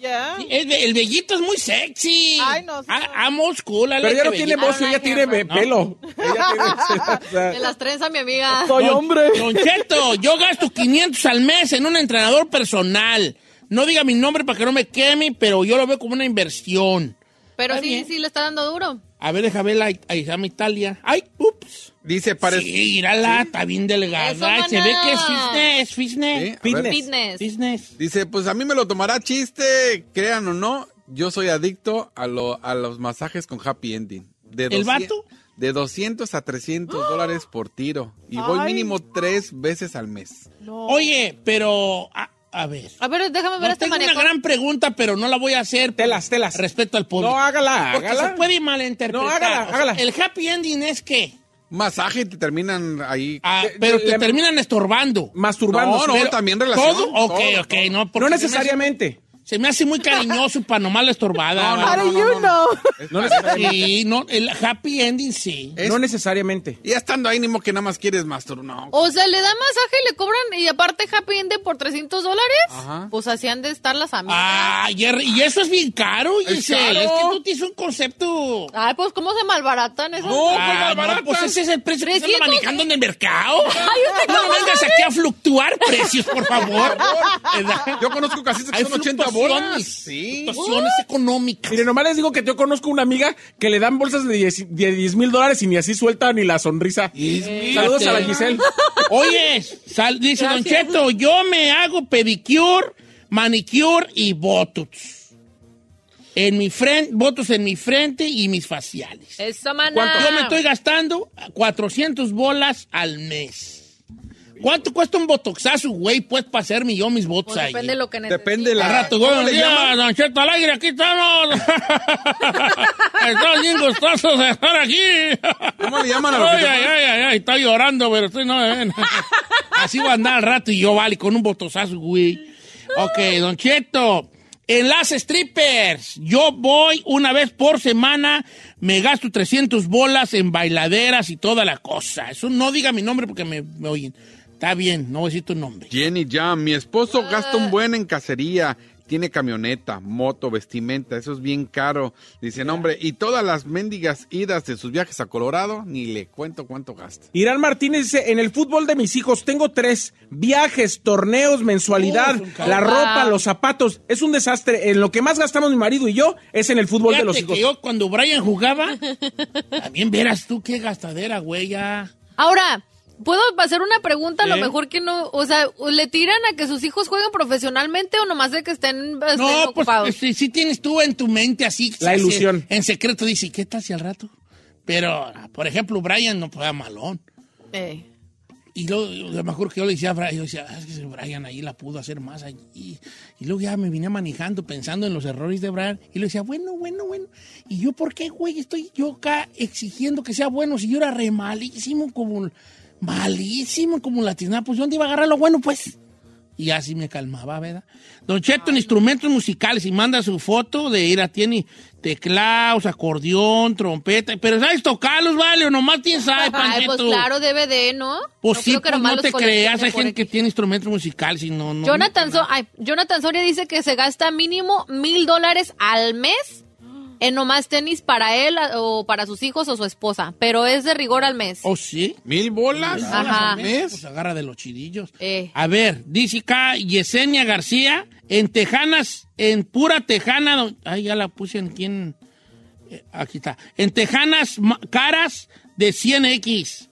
B: Ya.
A: El, be- el bellito es muy sexy.
B: Ay, no, sí, no.
A: A, a Moscú, la
D: Pero
A: leche
D: ya no tiene
A: bellita.
D: voz,
E: Ah,
D: ella
E: no,
D: tiene
E: no.
D: eh, pelo. Ella (laughs) tiene...
E: (laughs) De las trenza,
A: (laughs)
E: mi amiga.
D: Soy
A: Don-
D: hombre.
A: Don Cheto, yo gasto 500 al mes en un entrenador personal. No diga mi nombre para que no me queme, pero yo lo veo como una inversión.
E: Pero
A: Está
E: sí,
A: bien.
E: sí, le está dando duro.
A: A ver, déjame ver la a Isama Italia. Ay, ups.
C: Dice, parece.
A: Sí, mírala, está bien delgada.
E: Eso,
A: Ay, se ve
E: maná.
A: que es fitness, fitness.
C: Sí, a ver.
E: Fitness.
A: Fitness.
C: Dice, pues a mí me lo tomará chiste, crean o no, yo soy adicto a, lo, a los masajes con happy ending. De
A: ¿El
C: 200
A: vato? ¡Ah!
C: De 200 a 300 dólares por tiro. Y voy
B: Ay.
C: mínimo tres veces al mes.
B: No.
A: Oye, pero. A, a ver.
E: A ver, déjame ver
A: No,
E: este
A: tengo una
E: manejo.
A: gran pregunta, pero no la voy a hacer.
D: Telas, telas.
A: Respecto al público.
D: No, hágala,
A: Porque
D: hágala.
A: se puede malinterpretar.
D: No, hágala,
A: O sea,
D: hágala.
A: El happy ending es que.
C: Masaje te terminan ahí.
A: ah,
D: De-
A: pero
D: de-
A: te
D: le-
A: terminan estorbando.
D: Masturbando.
C: No, no,
A: Pero,
C: también relación.
A: ¿Todo? Ok,
C: todo,
A: ok,
C: todo.
A: no. porque se
D: No
A: me hace-
D: necesariamente.
A: Se me hace muy cariñoso para nomás la estorbada.
C: No,
B: How
A: ¿vale?
B: do you know?
C: No
A: Sí, no, el happy ending sí.
C: Es-
D: No necesariamente.
C: Ya estando ahí, ni modo que nada más quieres masturbar.
A: Oh,
C: No.
E: O sea, le da masaje y le cobran, y aparte Happy End por 300 dólares.
C: Ajá.
E: Pues así han de estar las amigas.
A: Ah, y, er- y eso es bien caro,
C: Es
A: Giselle.
C: caro.
A: Es que tú tienes un concepto.
E: Ay, pues cómo se malbaratan esos.
A: Ah, no, pues ese es el precio que están
E: 300.
A: manejando en el mercado. no vengas aquí a fluctuar precios, por favor.
C: (laughs)
A: ¿Verdad?
C: Yo conozco casitas que
A: Hay
C: son 80 bolas.
A: fluctuaciones,
C: Sí.
A: fluctuaciones económicas.
D: Mire, nomás les digo que yo conozco una amiga que le dan bolsas de 10 de 10 mil dólares y ni así suelta ni la sonrisa. Saludos a la Giselle.
A: Oye, sal- dice Don Cheto, yo me hago pedicure, manicure y botox. En mi frente, botox en mi frente y mis faciales.
E: Eso, maná.
A: ¿Cuánto? Yo me estoy gastando 400 bolas al mes. ¿Cuánto cuesta un botoxazo, güey? Pues para hacerme yo mis botox
E: Pues depende de
A: ahí.
E: lo que necesites.
C: Depende de
A: Al
C: la.
A: rato,
C: Ah, ¿cómo
A: güey,
C: le
A: buenos días,
C: llaman?
A: Don Cheto al aire, aquí
C: (laughs)
A: estamos. Estamos bien gustosos de estar aquí.
C: ¿Cómo le llaman a lo que
A: Ay,
C: te
A: ay, ay, ay, ay, está llorando, pero estoy no me
C: (laughs)
A: ven. Así va a andar al rato y yo, vale, con un botozazo, güey. Ok, Don Cheto. En las strippers, yo voy una vez por semana, me gasto 300 bolas en bailaderas y toda la cosa. Eso no diga mi nombre porque me, me oyen. Está bien, no voy a decir tu nombre.
C: Jenny Jam, mi esposo
A: Ah.
C: gasta un buen en cacería. Tiene camioneta, moto, vestimenta, eso es bien caro. Dice, no, hombre, y todas las mendigas idas de sus viajes a Colorado, ni le cuento cuánto gasta.
D: Irán Martínez dice, en el fútbol de mis hijos tengo tres, viajes, torneos, mensualidad, la ropa, los zapatos, es un desastre. En lo que más gastamos mi marido y yo es en el fútbol de los
A: Fíjate
D: hijos.
A: que yo cuando Brian
D: (laughs)
A: jugaba, también verás tú qué gastadera, güey, ya.
E: Ahora, ¿puedo hacer una pregunta? A lo
A: ¿Eh?
E: mejor que no. O sea, ¿le tiran a que sus hijos jueguen profesionalmente o nomás de que estén, estén
A: No, pues
E: ocupados?
A: sí, sí tienes tú en tu mente así.
D: La
A: sí,
D: ilusión.
A: sí, En secreto dice, ¿y ¿qué tal si al rato? Pero, por ejemplo, Brian no juega malón.
E: Eh.
A: Y luego, yo- lo mejor que yo le decía a Brian, yo decía, "Ah, es que ese Brian ahí la pudo hacer más allí. Y luego ya me vine manejando pensando en los errores de Brian. Y le decía, bueno, bueno, bueno. ¿Y yo por qué, güey? Estoy yo acá exigiendo que sea bueno si yo era re malísimo como... Malísimo como latina. Pues, ¿dónde iba a agarrar lo bueno, pues? Y así me calmaba, ¿verdad? Don Cheto en instrumentos musicales y manda su foto de ir a tiene teclados, acordeón, trompeta. Pero ¿sabes tocarlos, vale? O nomás tienes ay,
E: (laughs) Ay, pues
A: Panchito?
E: claro, debe de, ¿no?
A: Pues
E: No
A: sí,
E: creo que
A: pues
E: nomás
A: no
E: los
A: te creas,
E: coleccione
A: hay
E: por
A: gente que
E: aquí.
A: tiene instrumentos musicales y no... no
E: Jonathan, So- ay, Jonathan Soria dice que se gasta mínimo mil dólares al mes en nomás tenis para él a- o para sus hijos o su esposa, pero es de rigor al mes.
A: ¿O Oh, sí? ¿Mil bolas?
E: Ajá.
A: al mes? Pues agarra de los chidillos.
E: Eh.
A: A ver, dice acá Yesenia García, en Tejanas, en pura Tejana. don- Ay, ya la puse en quién. Eh, aquí está. En Tejanas ma- Caras de 100X.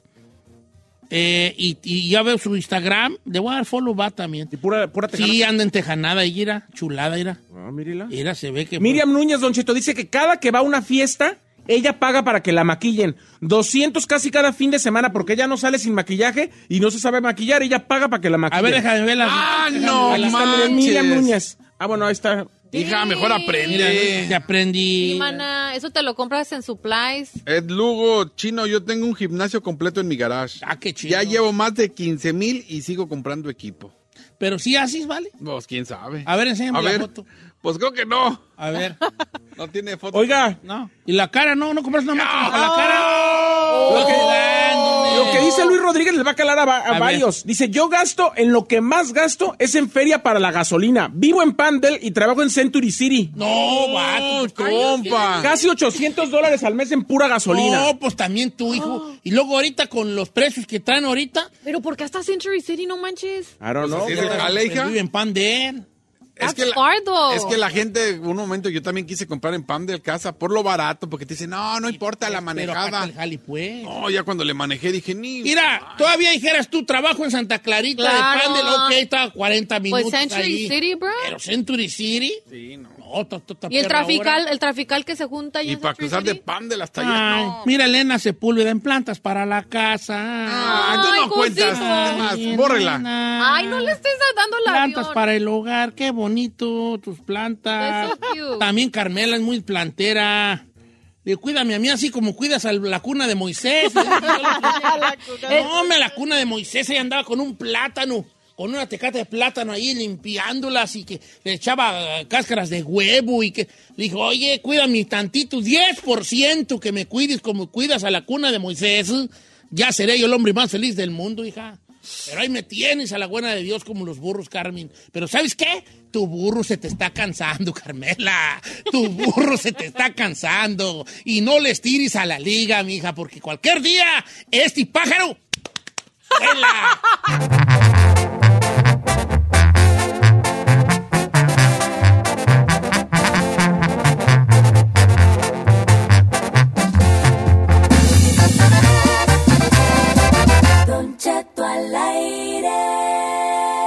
A: Eh, y, y ya veo su Instagram. Le voy a dar follow back también. ¿Y
D: pura, Tejana? Ah,
A: Sí, anda en Tejanada, y mira, chulada, mira. Mira, se ve que.
D: Miriam Núñez, Don Cheto, dice que cada que va a una fiesta, ella paga para que la maquillen. 200 casi cada fin de semana, porque ella no sale sin maquillaje y no se sabe maquillar, ella paga para que la maquillen.
A: pues, ver, déjame verla.
D: ¡Ah,
A: Déjame
D: no!
A: verla.
D: Aquí está Miriam-
A: manches.
D: Miriam Núñez. Ah, bueno, ahí está.
A: Hija, mejor
C: aprende.
A: Te aprendí.
E: Sí, mana, eso te lo compras en supplies.
I: Ed Lugo, chino, yo tengo un gimnasio completo en mi garage.
A: Ah, qué
I: Ya llevo más de 15 mil y sigo comprando equipo.
A: Pero si así, ¿vale?
I: Pues quién sabe.
A: A ver, enséñame
I: A
A: la
I: ver,
A: foto.
I: Pues creo que no.
A: A ver.
I: No tiene foto.
D: Oiga.
A: No. Y la cara, no, no compras nada más. La cara.
D: Lo que- Lo que dice Luis Rodríguez les va a calar a, va- a
A: ver.
D: varios. Dice, yo gasto en lo que más gasto es en feria para la gasolina. Vivo en Pandel y trabajo en Century City.
A: No, vato. compa.
D: Casi 800 dólares al mes en pura gasolina.
A: No, pues también tu hijo.
E: Ah.
A: Y luego ahorita con los precios que traen ahorita.
E: Pero ¿por qué hasta Century City no manches?
D: I don't
I: Pues así es el jale, hija.
A: Vive en Pandel.
I: Es que, la,
E: far, though.
I: es que la gente, un momento yo también quise comprar en Pam del Casa por lo barato, porque te dicen, no, no importa la
A: Pero
I: manejada.
A: aparte el jali, pues.
I: No, ya cuando le manejé dije, ni.
A: Mira, todavía dijeras tu trabajo en Santa Clarita
I: Claro.
A: de Pandel. Ok, está 40 minutos
E: Pues Century
A: ahí.
E: City, bro.
A: Pero Century City. Sí, no. ta- ta- ta
E: Y el
A: perra
E: trafical,
A: hora.
E: el trafical que se junta allá
I: Y
E: en
I: para
E: Century
I: cruzar de
E: City.
I: Pandel hasta allá.
A: Ay,
I: no.
A: Mira, Elena Sepúlveda en plantas para la casa.
I: Ah, tú no cuentas.
A: Ay,
C: pues.
I: Más,
A: Elena.
I: bórrela.
E: Ay, no le estés dando la
A: Plantas
E: avión.
A: para el hogar, qué bonito, tus plantas.
E: They're so cute.
A: También Carmela es muy plantera. Le cuídame a mí así como cuidas a la cuna de (laughs) Moisés. no, hombre, la cuna de Moisés ella andaba con un plátano, con una tecata de plátano ahí limpiándolas y que le echaba eh, cáscaras de huevo y que le dijo, oye, cuídame tantito, 10% que me cuides como cuidas a la cuna de Moisés. Ya seré yo el hombre más feliz del mundo, hija. Pero ahí me tienes a la buena de Dios como los burros, Carmen. Pero ¿sabes qué? Tu burro se te está cansando, (laughs) Carmela. Tu burro se te está cansando. Y no les tires a la liga, mija, porque cualquier día este pájaro... vuela.
F: Don Cheto al aire.